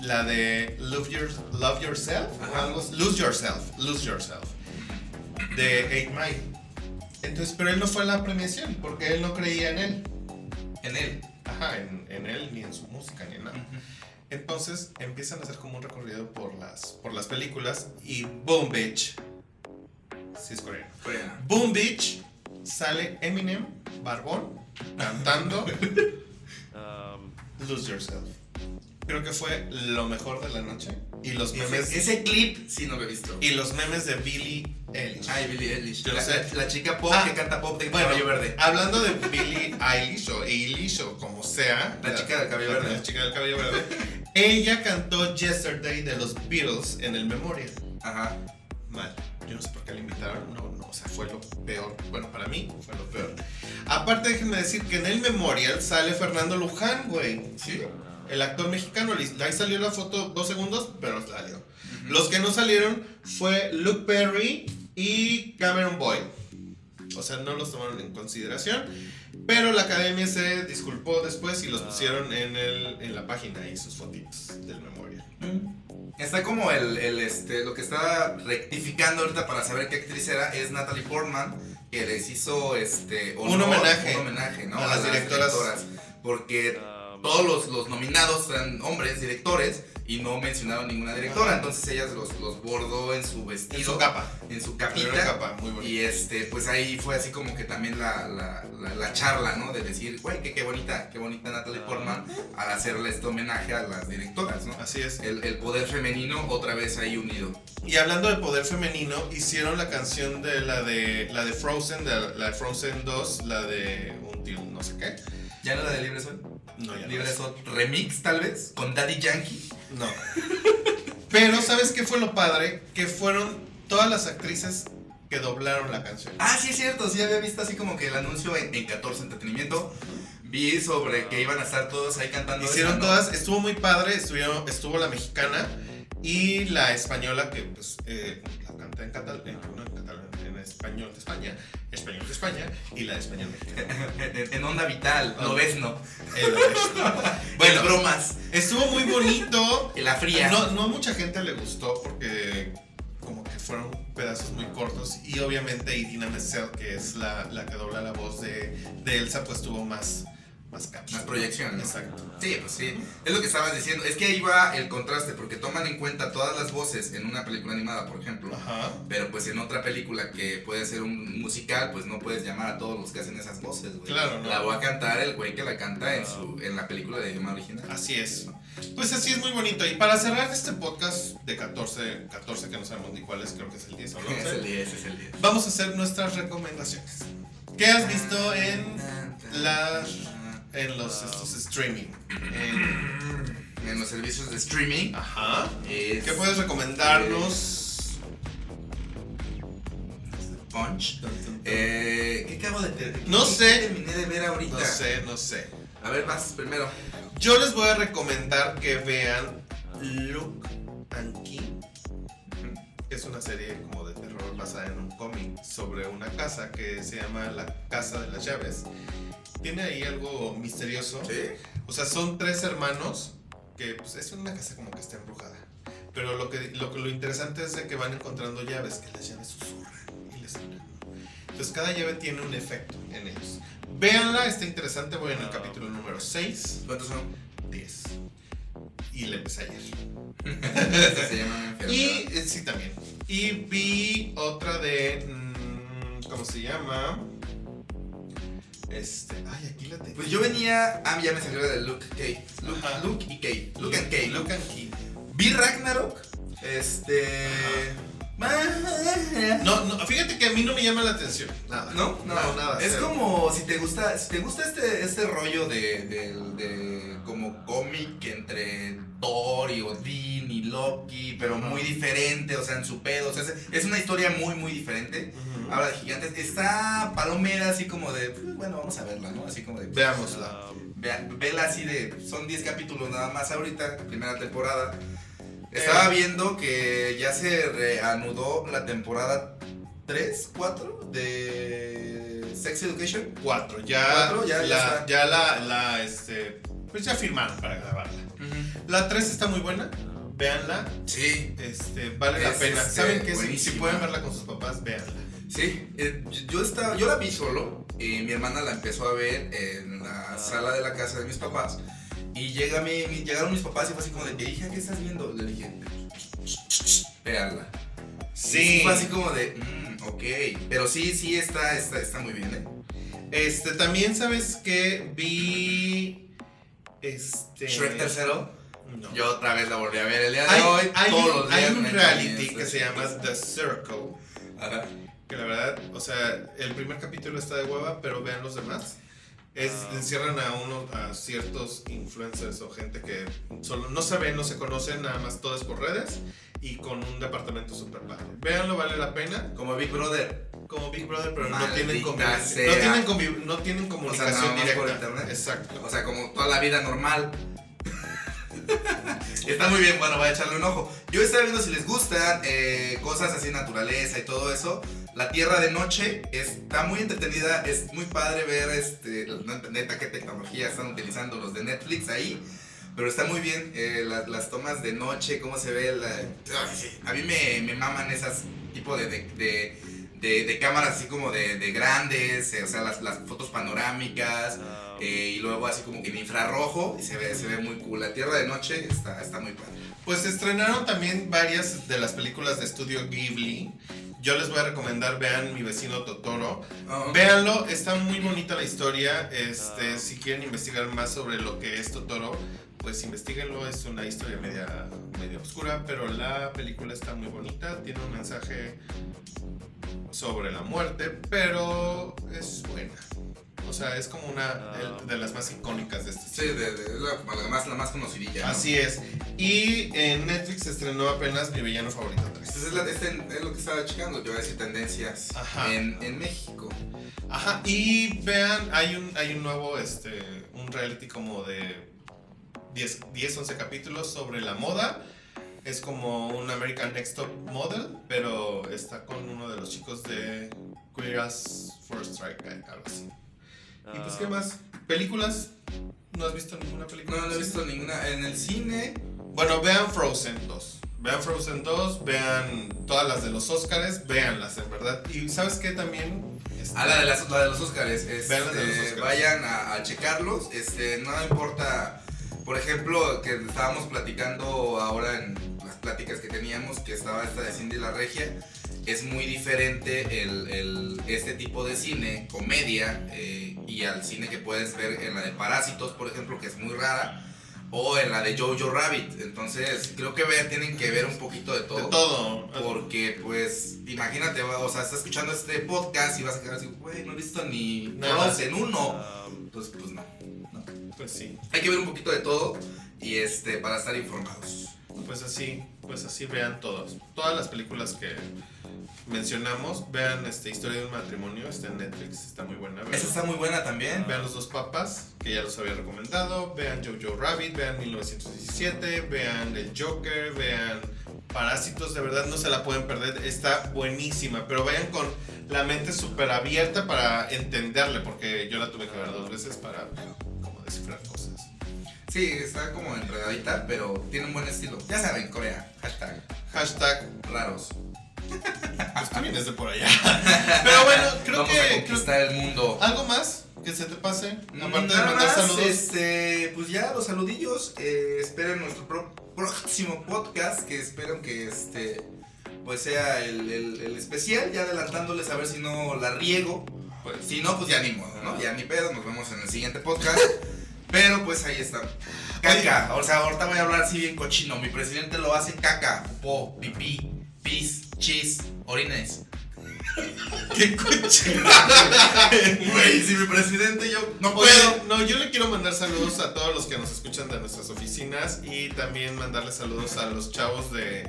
Speaker 2: la de Love, Your- Love Yourself, o
Speaker 3: Ajá.
Speaker 2: algo así, Lose Yourself, Lose Yourself, de 8 Mile. Entonces, pero él no fue a la premiación, porque él no creía en él,
Speaker 3: En él.
Speaker 2: ajá, en, en él, ni en su música, ni en nada. Entonces empiezan a hacer como un recorrido por las, por las películas y Boom Bitch, sí es coreano.
Speaker 3: Corea.
Speaker 2: Boom Beach sale Eminem, Barbón, cantando
Speaker 1: Um,
Speaker 2: Lose Yourself. Creo que fue lo mejor de la noche. Y los memes.
Speaker 3: Ese, ese clip sí no lo he visto.
Speaker 2: Y los memes de Billie Eilish.
Speaker 3: Ay, Billie Eilish.
Speaker 2: Yo
Speaker 3: la,
Speaker 2: lo sé.
Speaker 3: la chica pop
Speaker 2: Ah.
Speaker 3: que canta pop de
Speaker 2: Bueno.
Speaker 3: cabello verde.
Speaker 2: Hablando de Billie Eilish o Eilish o como sea.
Speaker 3: La chica del cabello verde.
Speaker 2: La chica del cabello verde. Ella cantó Yesterday de los Beatles en el Memorial.
Speaker 3: Ajá.
Speaker 2: mal. Yo no sé por qué la invitaron, no, no, o sea, fue lo peor. Bueno, para mí fue lo peor. Aparte, déjenme decir que en el memorial sale Fernando Luján, güey. Sí. El actor mexicano, li- ahí salió la foto dos segundos, pero salió. Los que no salieron fue Luke Perry y Cameron Boyle. O sea, no los tomaron en consideración. Pero la academia se disculpó después y los
Speaker 1: Ah.
Speaker 2: pusieron en, el, en la página y sus fotitos del memorial.
Speaker 3: Está como el, el, este, lo que está rectificando ahorita para saber qué actriz era es Natalie Portman, que les hizo este
Speaker 2: Un homenaje.
Speaker 3: un homenaje, ¿no?
Speaker 2: A las directoras.
Speaker 3: Porque
Speaker 1: um,
Speaker 3: todos los, los nominados eran hombres, directores, y no mencionaron ninguna directora. Entonces ellas los, los bordó en su vestido,
Speaker 2: En su capa.
Speaker 3: en su
Speaker 2: Pero
Speaker 3: capita.
Speaker 2: era capa, muy bonita.
Speaker 3: Y este, pues ahí fue así como que también la, la, la, la charla, ¿no? De decir, güey, que qué bonita, qué bonita Natalie Portman al hacerle este homenaje a las directoras, ¿no?
Speaker 2: Así es.
Speaker 3: El, el poder femenino otra vez ahí unido.
Speaker 2: Y hablando de poder femenino, hicieron la canción de la de la de Frozen, de la de Frozen 2, la de un tío no sé qué.
Speaker 3: ¿Ya no la de Libre Sol?
Speaker 2: No, ya no
Speaker 3: Libre
Speaker 2: es.
Speaker 3: Sol remix, tal vez, con Daddy Yankee.
Speaker 2: No. Pero ¿sabes qué fue lo padre? Que fueron todas las actrices que doblaron la canción.
Speaker 3: Ah, sí, es cierto, sí había visto así como que el anuncio en, en 14 Entretenimiento. Vi sobre que iban a estar todos ahí cantando.
Speaker 2: Hicieron
Speaker 3: esa, ¿no?
Speaker 2: todas, estuvo muy padre, estuvieron, estuvo la mexicana y la española que pues eh, la canta en catalán, no en catalán, en español de España, español de España y la de español mexicana.
Speaker 3: En, en Onda Vital,
Speaker 2: Ah.
Speaker 3: no ves, no.
Speaker 2: El-
Speaker 3: Bueno,
Speaker 2: bueno,
Speaker 3: bromas,
Speaker 2: estuvo muy bonito.
Speaker 3: la fría.
Speaker 2: No, no a mucha gente le gustó porque como que fueron pedazos muy cortos y obviamente Idina Menzel, que es la, la que dobla la voz de, de Elsa, pues tuvo más más caption.
Speaker 3: Más proyección, ¿no?
Speaker 2: Exacto.
Speaker 3: Sí, pues sí. Es lo que estabas diciendo. Es que ahí va el contraste, porque toman en cuenta todas las voces en una película animada, por ejemplo.
Speaker 2: Ajá.
Speaker 3: Pero pues en otra película que puede ser un musical, pues no puedes llamar a todos los que hacen esas voces, güey.
Speaker 2: Claro, no.
Speaker 3: La va a cantar el güey que la canta en, su, en la película de idioma original.
Speaker 2: Así es. Pues así es muy bonito. Y para cerrar este podcast de 14, 14 que no sabemos ni cuál es, creo que es el 10 o el
Speaker 3: es
Speaker 2: 11,
Speaker 3: el 10, es el 10.
Speaker 2: vamos a hacer nuestras recomendaciones. ¿Qué has visto en, las- en los estos streaming? En-
Speaker 3: En los servicios de streaming.
Speaker 2: ajá.
Speaker 3: es
Speaker 2: ¿Qué puedes recomendarnos?
Speaker 3: Punch. Eh, ¿Qué acabo de terminar?
Speaker 2: No sé.
Speaker 3: terminé de ver ahorita?
Speaker 2: No sé, no sé.
Speaker 3: A ver, vas primero.
Speaker 2: Yo les voy a recomendar que vean Luke and Key. Es una serie como de terror basada en un cómic sobre una casa que se llama La Casa de las Llaves. Tiene ahí algo misterioso.
Speaker 3: ¿Sí?
Speaker 2: O sea, son tres hermanos que pues, es una casa como que está embrujada. Pero lo que lo, que- lo interesante es de que van encontrando llaves, que las llaves susurran y les hablan. Entonces Entonces cada llave tiene un efecto en ellos. Véanla, está interesante, voy en
Speaker 3: Ah,
Speaker 2: el capítulo número 6,
Speaker 3: ¿Cuántos son?
Speaker 2: 10. Y la empecé ayer.
Speaker 3: Esta se llama una
Speaker 2: Y
Speaker 3: enfermedad.
Speaker 2: eh, sí, también. Y vi otra de. mm, ¿Cómo se llama? Este. Ay, aquí la tengo.
Speaker 3: Pues yo venía. Ah, ya me salió la de Luke Cage. Luke,
Speaker 2: Ajá.
Speaker 3: Luke y Cage. Luke and Cage.
Speaker 2: Luke and Kay.
Speaker 3: Vi Ragnarok. Este. Ah,
Speaker 2: No, no, fíjate que a mí no me llama la atención. Nada.
Speaker 3: No, no,
Speaker 2: nada.
Speaker 3: Es
Speaker 2: cero.
Speaker 3: como si te gusta, si te gusta este, este rollo de, de, de como cómic entre Thor y Odín y Loki, pero muy diferente, o sea, en su pedo. O sea, es, es una historia muy, muy diferente.
Speaker 2: Ujú.
Speaker 3: Ahora de gigantes, está palomera así como de, pues, bueno, vamos a verla, ¿no? Así como de,
Speaker 2: Veámosla.
Speaker 1: Um,
Speaker 3: vea- vela así de, son 10 capítulos nada más ahorita, primera temporada. Estaba viendo que ya se reanudó la temporada 3, 4 de Sex Education.
Speaker 2: Cuatro. Ya.
Speaker 3: Cuatro, ya, ya
Speaker 2: la,
Speaker 3: está.
Speaker 2: ya la, la, este. Pues ya firmaron para grabarla. La 3 está muy buena. Véanla.
Speaker 3: Sí,
Speaker 2: Este, vale la
Speaker 3: Es,
Speaker 2: pena.
Speaker 3: este,
Speaker 2: ¿Saben qué? Si, si
Speaker 3: buenísima.
Speaker 2: pueden verla con sus papás, véanla.
Speaker 3: sí. eh, yo- yo, estaba, yo la vi solo y mi hermana la empezó a ver en la sala de la casa de mis papás. Y llega mi- mi- llegaron mis papás y fue así como de, "Ey, hija, ¿qué estás viendo? Le dije, veanla. Y Fue así como de, "Mm, ok. Pero sí, sí, está, está, está muy bien, ¿eh?
Speaker 2: Este, también sabes que vi. Este.
Speaker 3: Shrek tercero.
Speaker 2: No.
Speaker 3: Yo otra vez la volví a ver el día de
Speaker 2: hay,
Speaker 3: hoy.
Speaker 2: hay
Speaker 3: todos
Speaker 2: un-
Speaker 3: los días
Speaker 2: hay un
Speaker 3: me
Speaker 2: reality
Speaker 3: enseñé
Speaker 2: que
Speaker 3: esto.
Speaker 2: se llama The Circle.
Speaker 3: Ajá.
Speaker 2: Que la verdad, o sea, el primer capítulo está de hueva, pero vean los demás. Es,
Speaker 1: Ah.
Speaker 2: Encierran a uno, a ciertos influencers o gente que solo no se ven, no se conocen, nada más todas por redes y con un departamento super padre. Véanlo, vale la pena.
Speaker 3: Como Big Brother.
Speaker 2: Como Big Brother, pero no
Speaker 3: Maldita
Speaker 2: tienen, convivencia-
Speaker 3: sea.
Speaker 2: no, tienen conviv- no tienen
Speaker 3: O sea,
Speaker 2: comunicación
Speaker 3: nada más
Speaker 2: directa.
Speaker 3: por internet.
Speaker 2: Exacto.
Speaker 3: O sea, como toda la vida normal. Está muy bien, bueno, voy a echarle un ojo. Yo estaba viendo si les gustan eh, cosas así, naturaleza y todo eso. La Tierra de Noche está muy entretenida, es muy padre ver, este, la- neta, qué tecnología están utilizando los de Netflix ahí. Pero está muy bien eh, la- las tomas de noche, cómo se ve. La... Ay, sí, A mí me, me maman esas tipo de, de, de- de- de cámaras así como de, de grandes, eh, o sea, las, las fotos panorámicas.
Speaker 1: um,
Speaker 3: Eh, y luego así como que en infrarrojo y se ve, se ve muy cool. La Tierra de Noche está, está muy padre.
Speaker 2: Pues estrenaron también varias de las películas de estudio Ghibli. Yo les voy a recomendar, vean Mi vecino Totoro. Véanlo, está muy bonita la historia. Este,
Speaker 1: Ah.
Speaker 2: si quieren investigar más sobre lo que es Totoro, pues investiguenlo. Es una historia media, media oscura, pero la película está muy bonita. Tiene un mensaje sobre la muerte, pero es buena. O sea, es como una de- de las más icónicas de este
Speaker 3: Ah. Sí, de, de- la, la más, la más conocidilla. ¿no?
Speaker 2: Así es. Y en Netflix estrenó apenas Mi Villano Favorito 3.
Speaker 3: Entonces es, la- es en- es lo que estaba checando. Yo voy a decir tendencias
Speaker 2: Ajá.
Speaker 3: en, en México.
Speaker 2: Ajá. Y vean, hay un, hay un nuevo, este, un reality como de 10, 10, 11 capítulos sobre la moda. Es como un American Next Top Model, pero está con uno de los chicos de Queer as First Strike, algo así. Y pues, ¿qué
Speaker 1: um,
Speaker 2: más? ¿Películas? ¿No has visto ninguna película?
Speaker 3: Ah. No, no he visto ninguna. En el cine.
Speaker 2: Bueno, vean Frozen 2. Vean Frozen 2, vean todas las de los Óscares, véanlas en verdad. Y sabes qué también. Este,
Speaker 3: Ah, la de, las, la de los Óscares.
Speaker 2: Vean la de los
Speaker 3: este,
Speaker 2: Óscares.
Speaker 3: Vayan a, a checarlos. Este, no importa, por ejemplo, que estábamos platicando ahora en las pláticas que teníamos, que estaba esta de Cindy la Regia. Es muy diferente el, el- este tipo de cine, comedia, eh, y al cine que puedes ver en la de Parásitos, por ejemplo, que es muy rara, o en la de Jojo Rabbit. Entonces, creo que ver, tienen que ver un poquito de
Speaker 2: de todo.
Speaker 3: porque, pues, imagínate, va, o sea, estás escuchando este podcast y vas a quedar así, güey, no he visto ni
Speaker 2: Nada.
Speaker 3: nada en uno.
Speaker 1: um,
Speaker 3: Entonces, pues no.
Speaker 2: Pues sí.
Speaker 3: Hay que ver un poquito de todo y este, para estar informados.
Speaker 2: Pues así, pues así vean todos. Todas las películas que mencionamos, vean este, Historia de un matrimonio, está en Netflix, está muy buena. vean-
Speaker 3: Esa está muy buena también.
Speaker 2: Vean Los Dos Papas, que ya los había recomendado. Vean Jojo Rabbit, vean 1917, vean El Joker, vean Parásitos. De verdad no se la pueden perder, está buenísima. Pero vayan con la mente súper abierta para entenderle, porque yo la tuve que ver dos veces para como descifrar cosas.
Speaker 3: Sí, está como enredadita, pero tiene un buen estilo. Ya saben, Corea, hashtag,
Speaker 2: Hashtag,
Speaker 3: raros.
Speaker 2: pues tú vienes de por allá. Pero bueno, creo
Speaker 3: Vamos
Speaker 2: que se te pase?
Speaker 3: Mm,
Speaker 2: Aparte de
Speaker 3: nada
Speaker 2: mandar
Speaker 3: más,
Speaker 2: saludos.
Speaker 3: Este, pues ya, los saludillos. eh, esperen nuestro pro- próximo podcast. Que espero que este. Pues sea el, el- el especial. Ya adelantándoles a ver si no la riego. Pues, si no, pues ya ni modo, ¿no? Ya ni pedo. Nos vemos en el siguiente podcast. Pero pues ahí está. Caca. O sea, ahorita voy a hablar así bien cochino. Mi presidente lo hace caca, popó, pipí, pis, chis, orines.
Speaker 2: ¡Qué coche!
Speaker 3: Güey, si mi presidente yo no
Speaker 2: Oye,
Speaker 3: puedo.
Speaker 2: no, yo le quiero mandar saludos a todos los que nos escuchan de nuestras oficinas y también mandarle saludos a los chavos de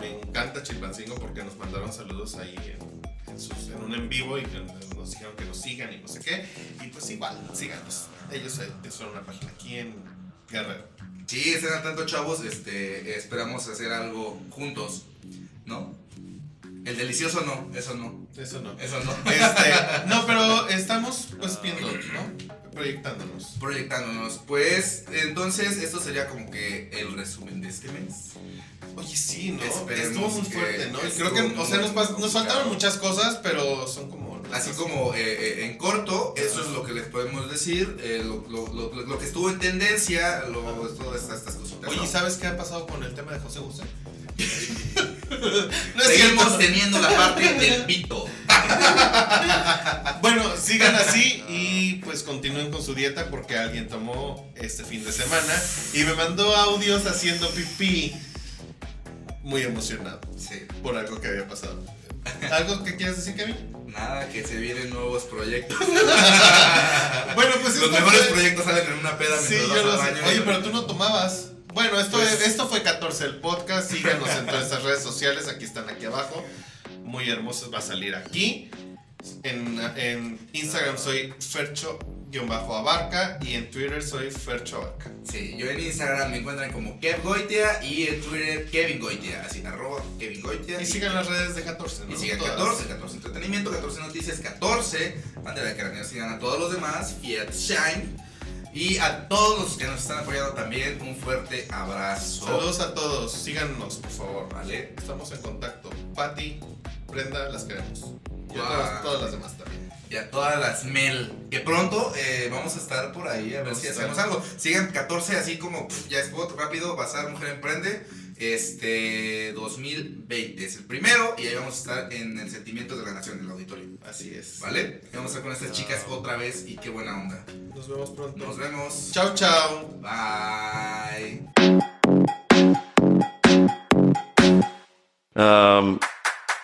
Speaker 2: Me encanta Chilpancingo porque nos mandaron saludos ahí en, en sus- en un en vivo y que nos dijeron que nos sigan y no sé qué. Y pues igual, síganos. Ellos eh, son una página aquí en Guerrero.
Speaker 3: Sí, estén al tanto, chavos. Este, esperamos hacer algo juntos, ¿no? El delicioso no, eso no,
Speaker 2: Eso no.
Speaker 3: eso no.
Speaker 2: Este, no, pero estamos pues viendo, ¿no? Proyectándonos.
Speaker 3: Proyectándonos, pues entonces esto sería como que el resumen de este mes.
Speaker 2: Oye, sí, ¿no?
Speaker 3: Esperemos
Speaker 2: Estuvo muy
Speaker 3: que-
Speaker 2: fuerte, ¿no? Y
Speaker 3: estuvo
Speaker 2: creo que, o sea, nos, pas-
Speaker 3: muy
Speaker 2: nos faltaron
Speaker 3: complicado.
Speaker 2: muchas cosas, pero son como...
Speaker 3: Así como eh, eh, en corto, eso es lo que les podemos decir, eh, lo, lo- lo- lo- lo que estuvo en tendencia, lo, todas estas, estas cositas.
Speaker 2: Oye, ¿y
Speaker 3: ¿no?
Speaker 2: ¿sabes qué ha pasado con el tema de José José? no es
Speaker 3: Seguimos
Speaker 2: cierto.
Speaker 3: teniendo la parte del pito.
Speaker 2: Bueno, sigan así y pues continúen con su dieta porque alguien tomó este fin de semana y me mandó audios haciendo pipí muy emocionado
Speaker 3: Sí.
Speaker 2: por algo que había pasado. ¿Algo que quieras decir, Kevin?
Speaker 3: Nada, que se vienen nuevos proyectos.
Speaker 2: Bueno, pues
Speaker 3: Los
Speaker 2: esto
Speaker 3: mejores
Speaker 2: fue-
Speaker 3: proyectos salen en una peda
Speaker 2: Sí, yo
Speaker 3: mientras vas
Speaker 2: lo
Speaker 3: al
Speaker 2: sé.
Speaker 3: baño.
Speaker 2: Oye, pero tú no tomabas. Bueno, esto,
Speaker 3: Pues-
Speaker 2: es- esto fue 14 el podcast. Síganos en todas estas redes sociales. Aquí están, aquí abajo. Muy hermosos. Va a salir aquí. En, en Instagram soy Fercho-Abarca y en Twitter soy Fercho Abarca.
Speaker 3: Sí, yo en Instagram me encuentran como Kev Goitia y en Twitter Kevin Goitia, así arroba Kevin Goitia.
Speaker 2: Y sigan las redes de 14, ¿no?
Speaker 3: Y sigan
Speaker 2: Todas.
Speaker 3: 14, 14 entretenimiento, 14 noticias, 14. Mande la carne, sigan a todos los demás, Fiat Shine. Y a todos los que nos están apoyando también, un fuerte abrazo.
Speaker 2: Saludos a todos. Síganos, por favor.
Speaker 3: Vale.
Speaker 2: Estamos en contacto. Patti, Brenda, las queremos. Y a
Speaker 3: Wow.
Speaker 2: todas, todas las demás también.
Speaker 3: Y a todas las Mel. Que pronto eh, vamos a estar por ahí a ver
Speaker 2: Vamos
Speaker 3: si
Speaker 2: a estar.
Speaker 3: hacemos algo. Sigan 14 así como pff, ya spot rápido, Bazar Mujer Emprende. Este 2020 es el primero y ahí vamos a estar en el sentimiento de la nación del auditorio.
Speaker 2: Así es.
Speaker 3: ¿Vale? Y vamos a estar con estas chicas
Speaker 2: Chao.
Speaker 3: otra vez y qué buena onda.
Speaker 2: Nos vemos pronto.
Speaker 3: Nos vemos.
Speaker 2: Chao, chao.
Speaker 3: Bye.
Speaker 1: Um,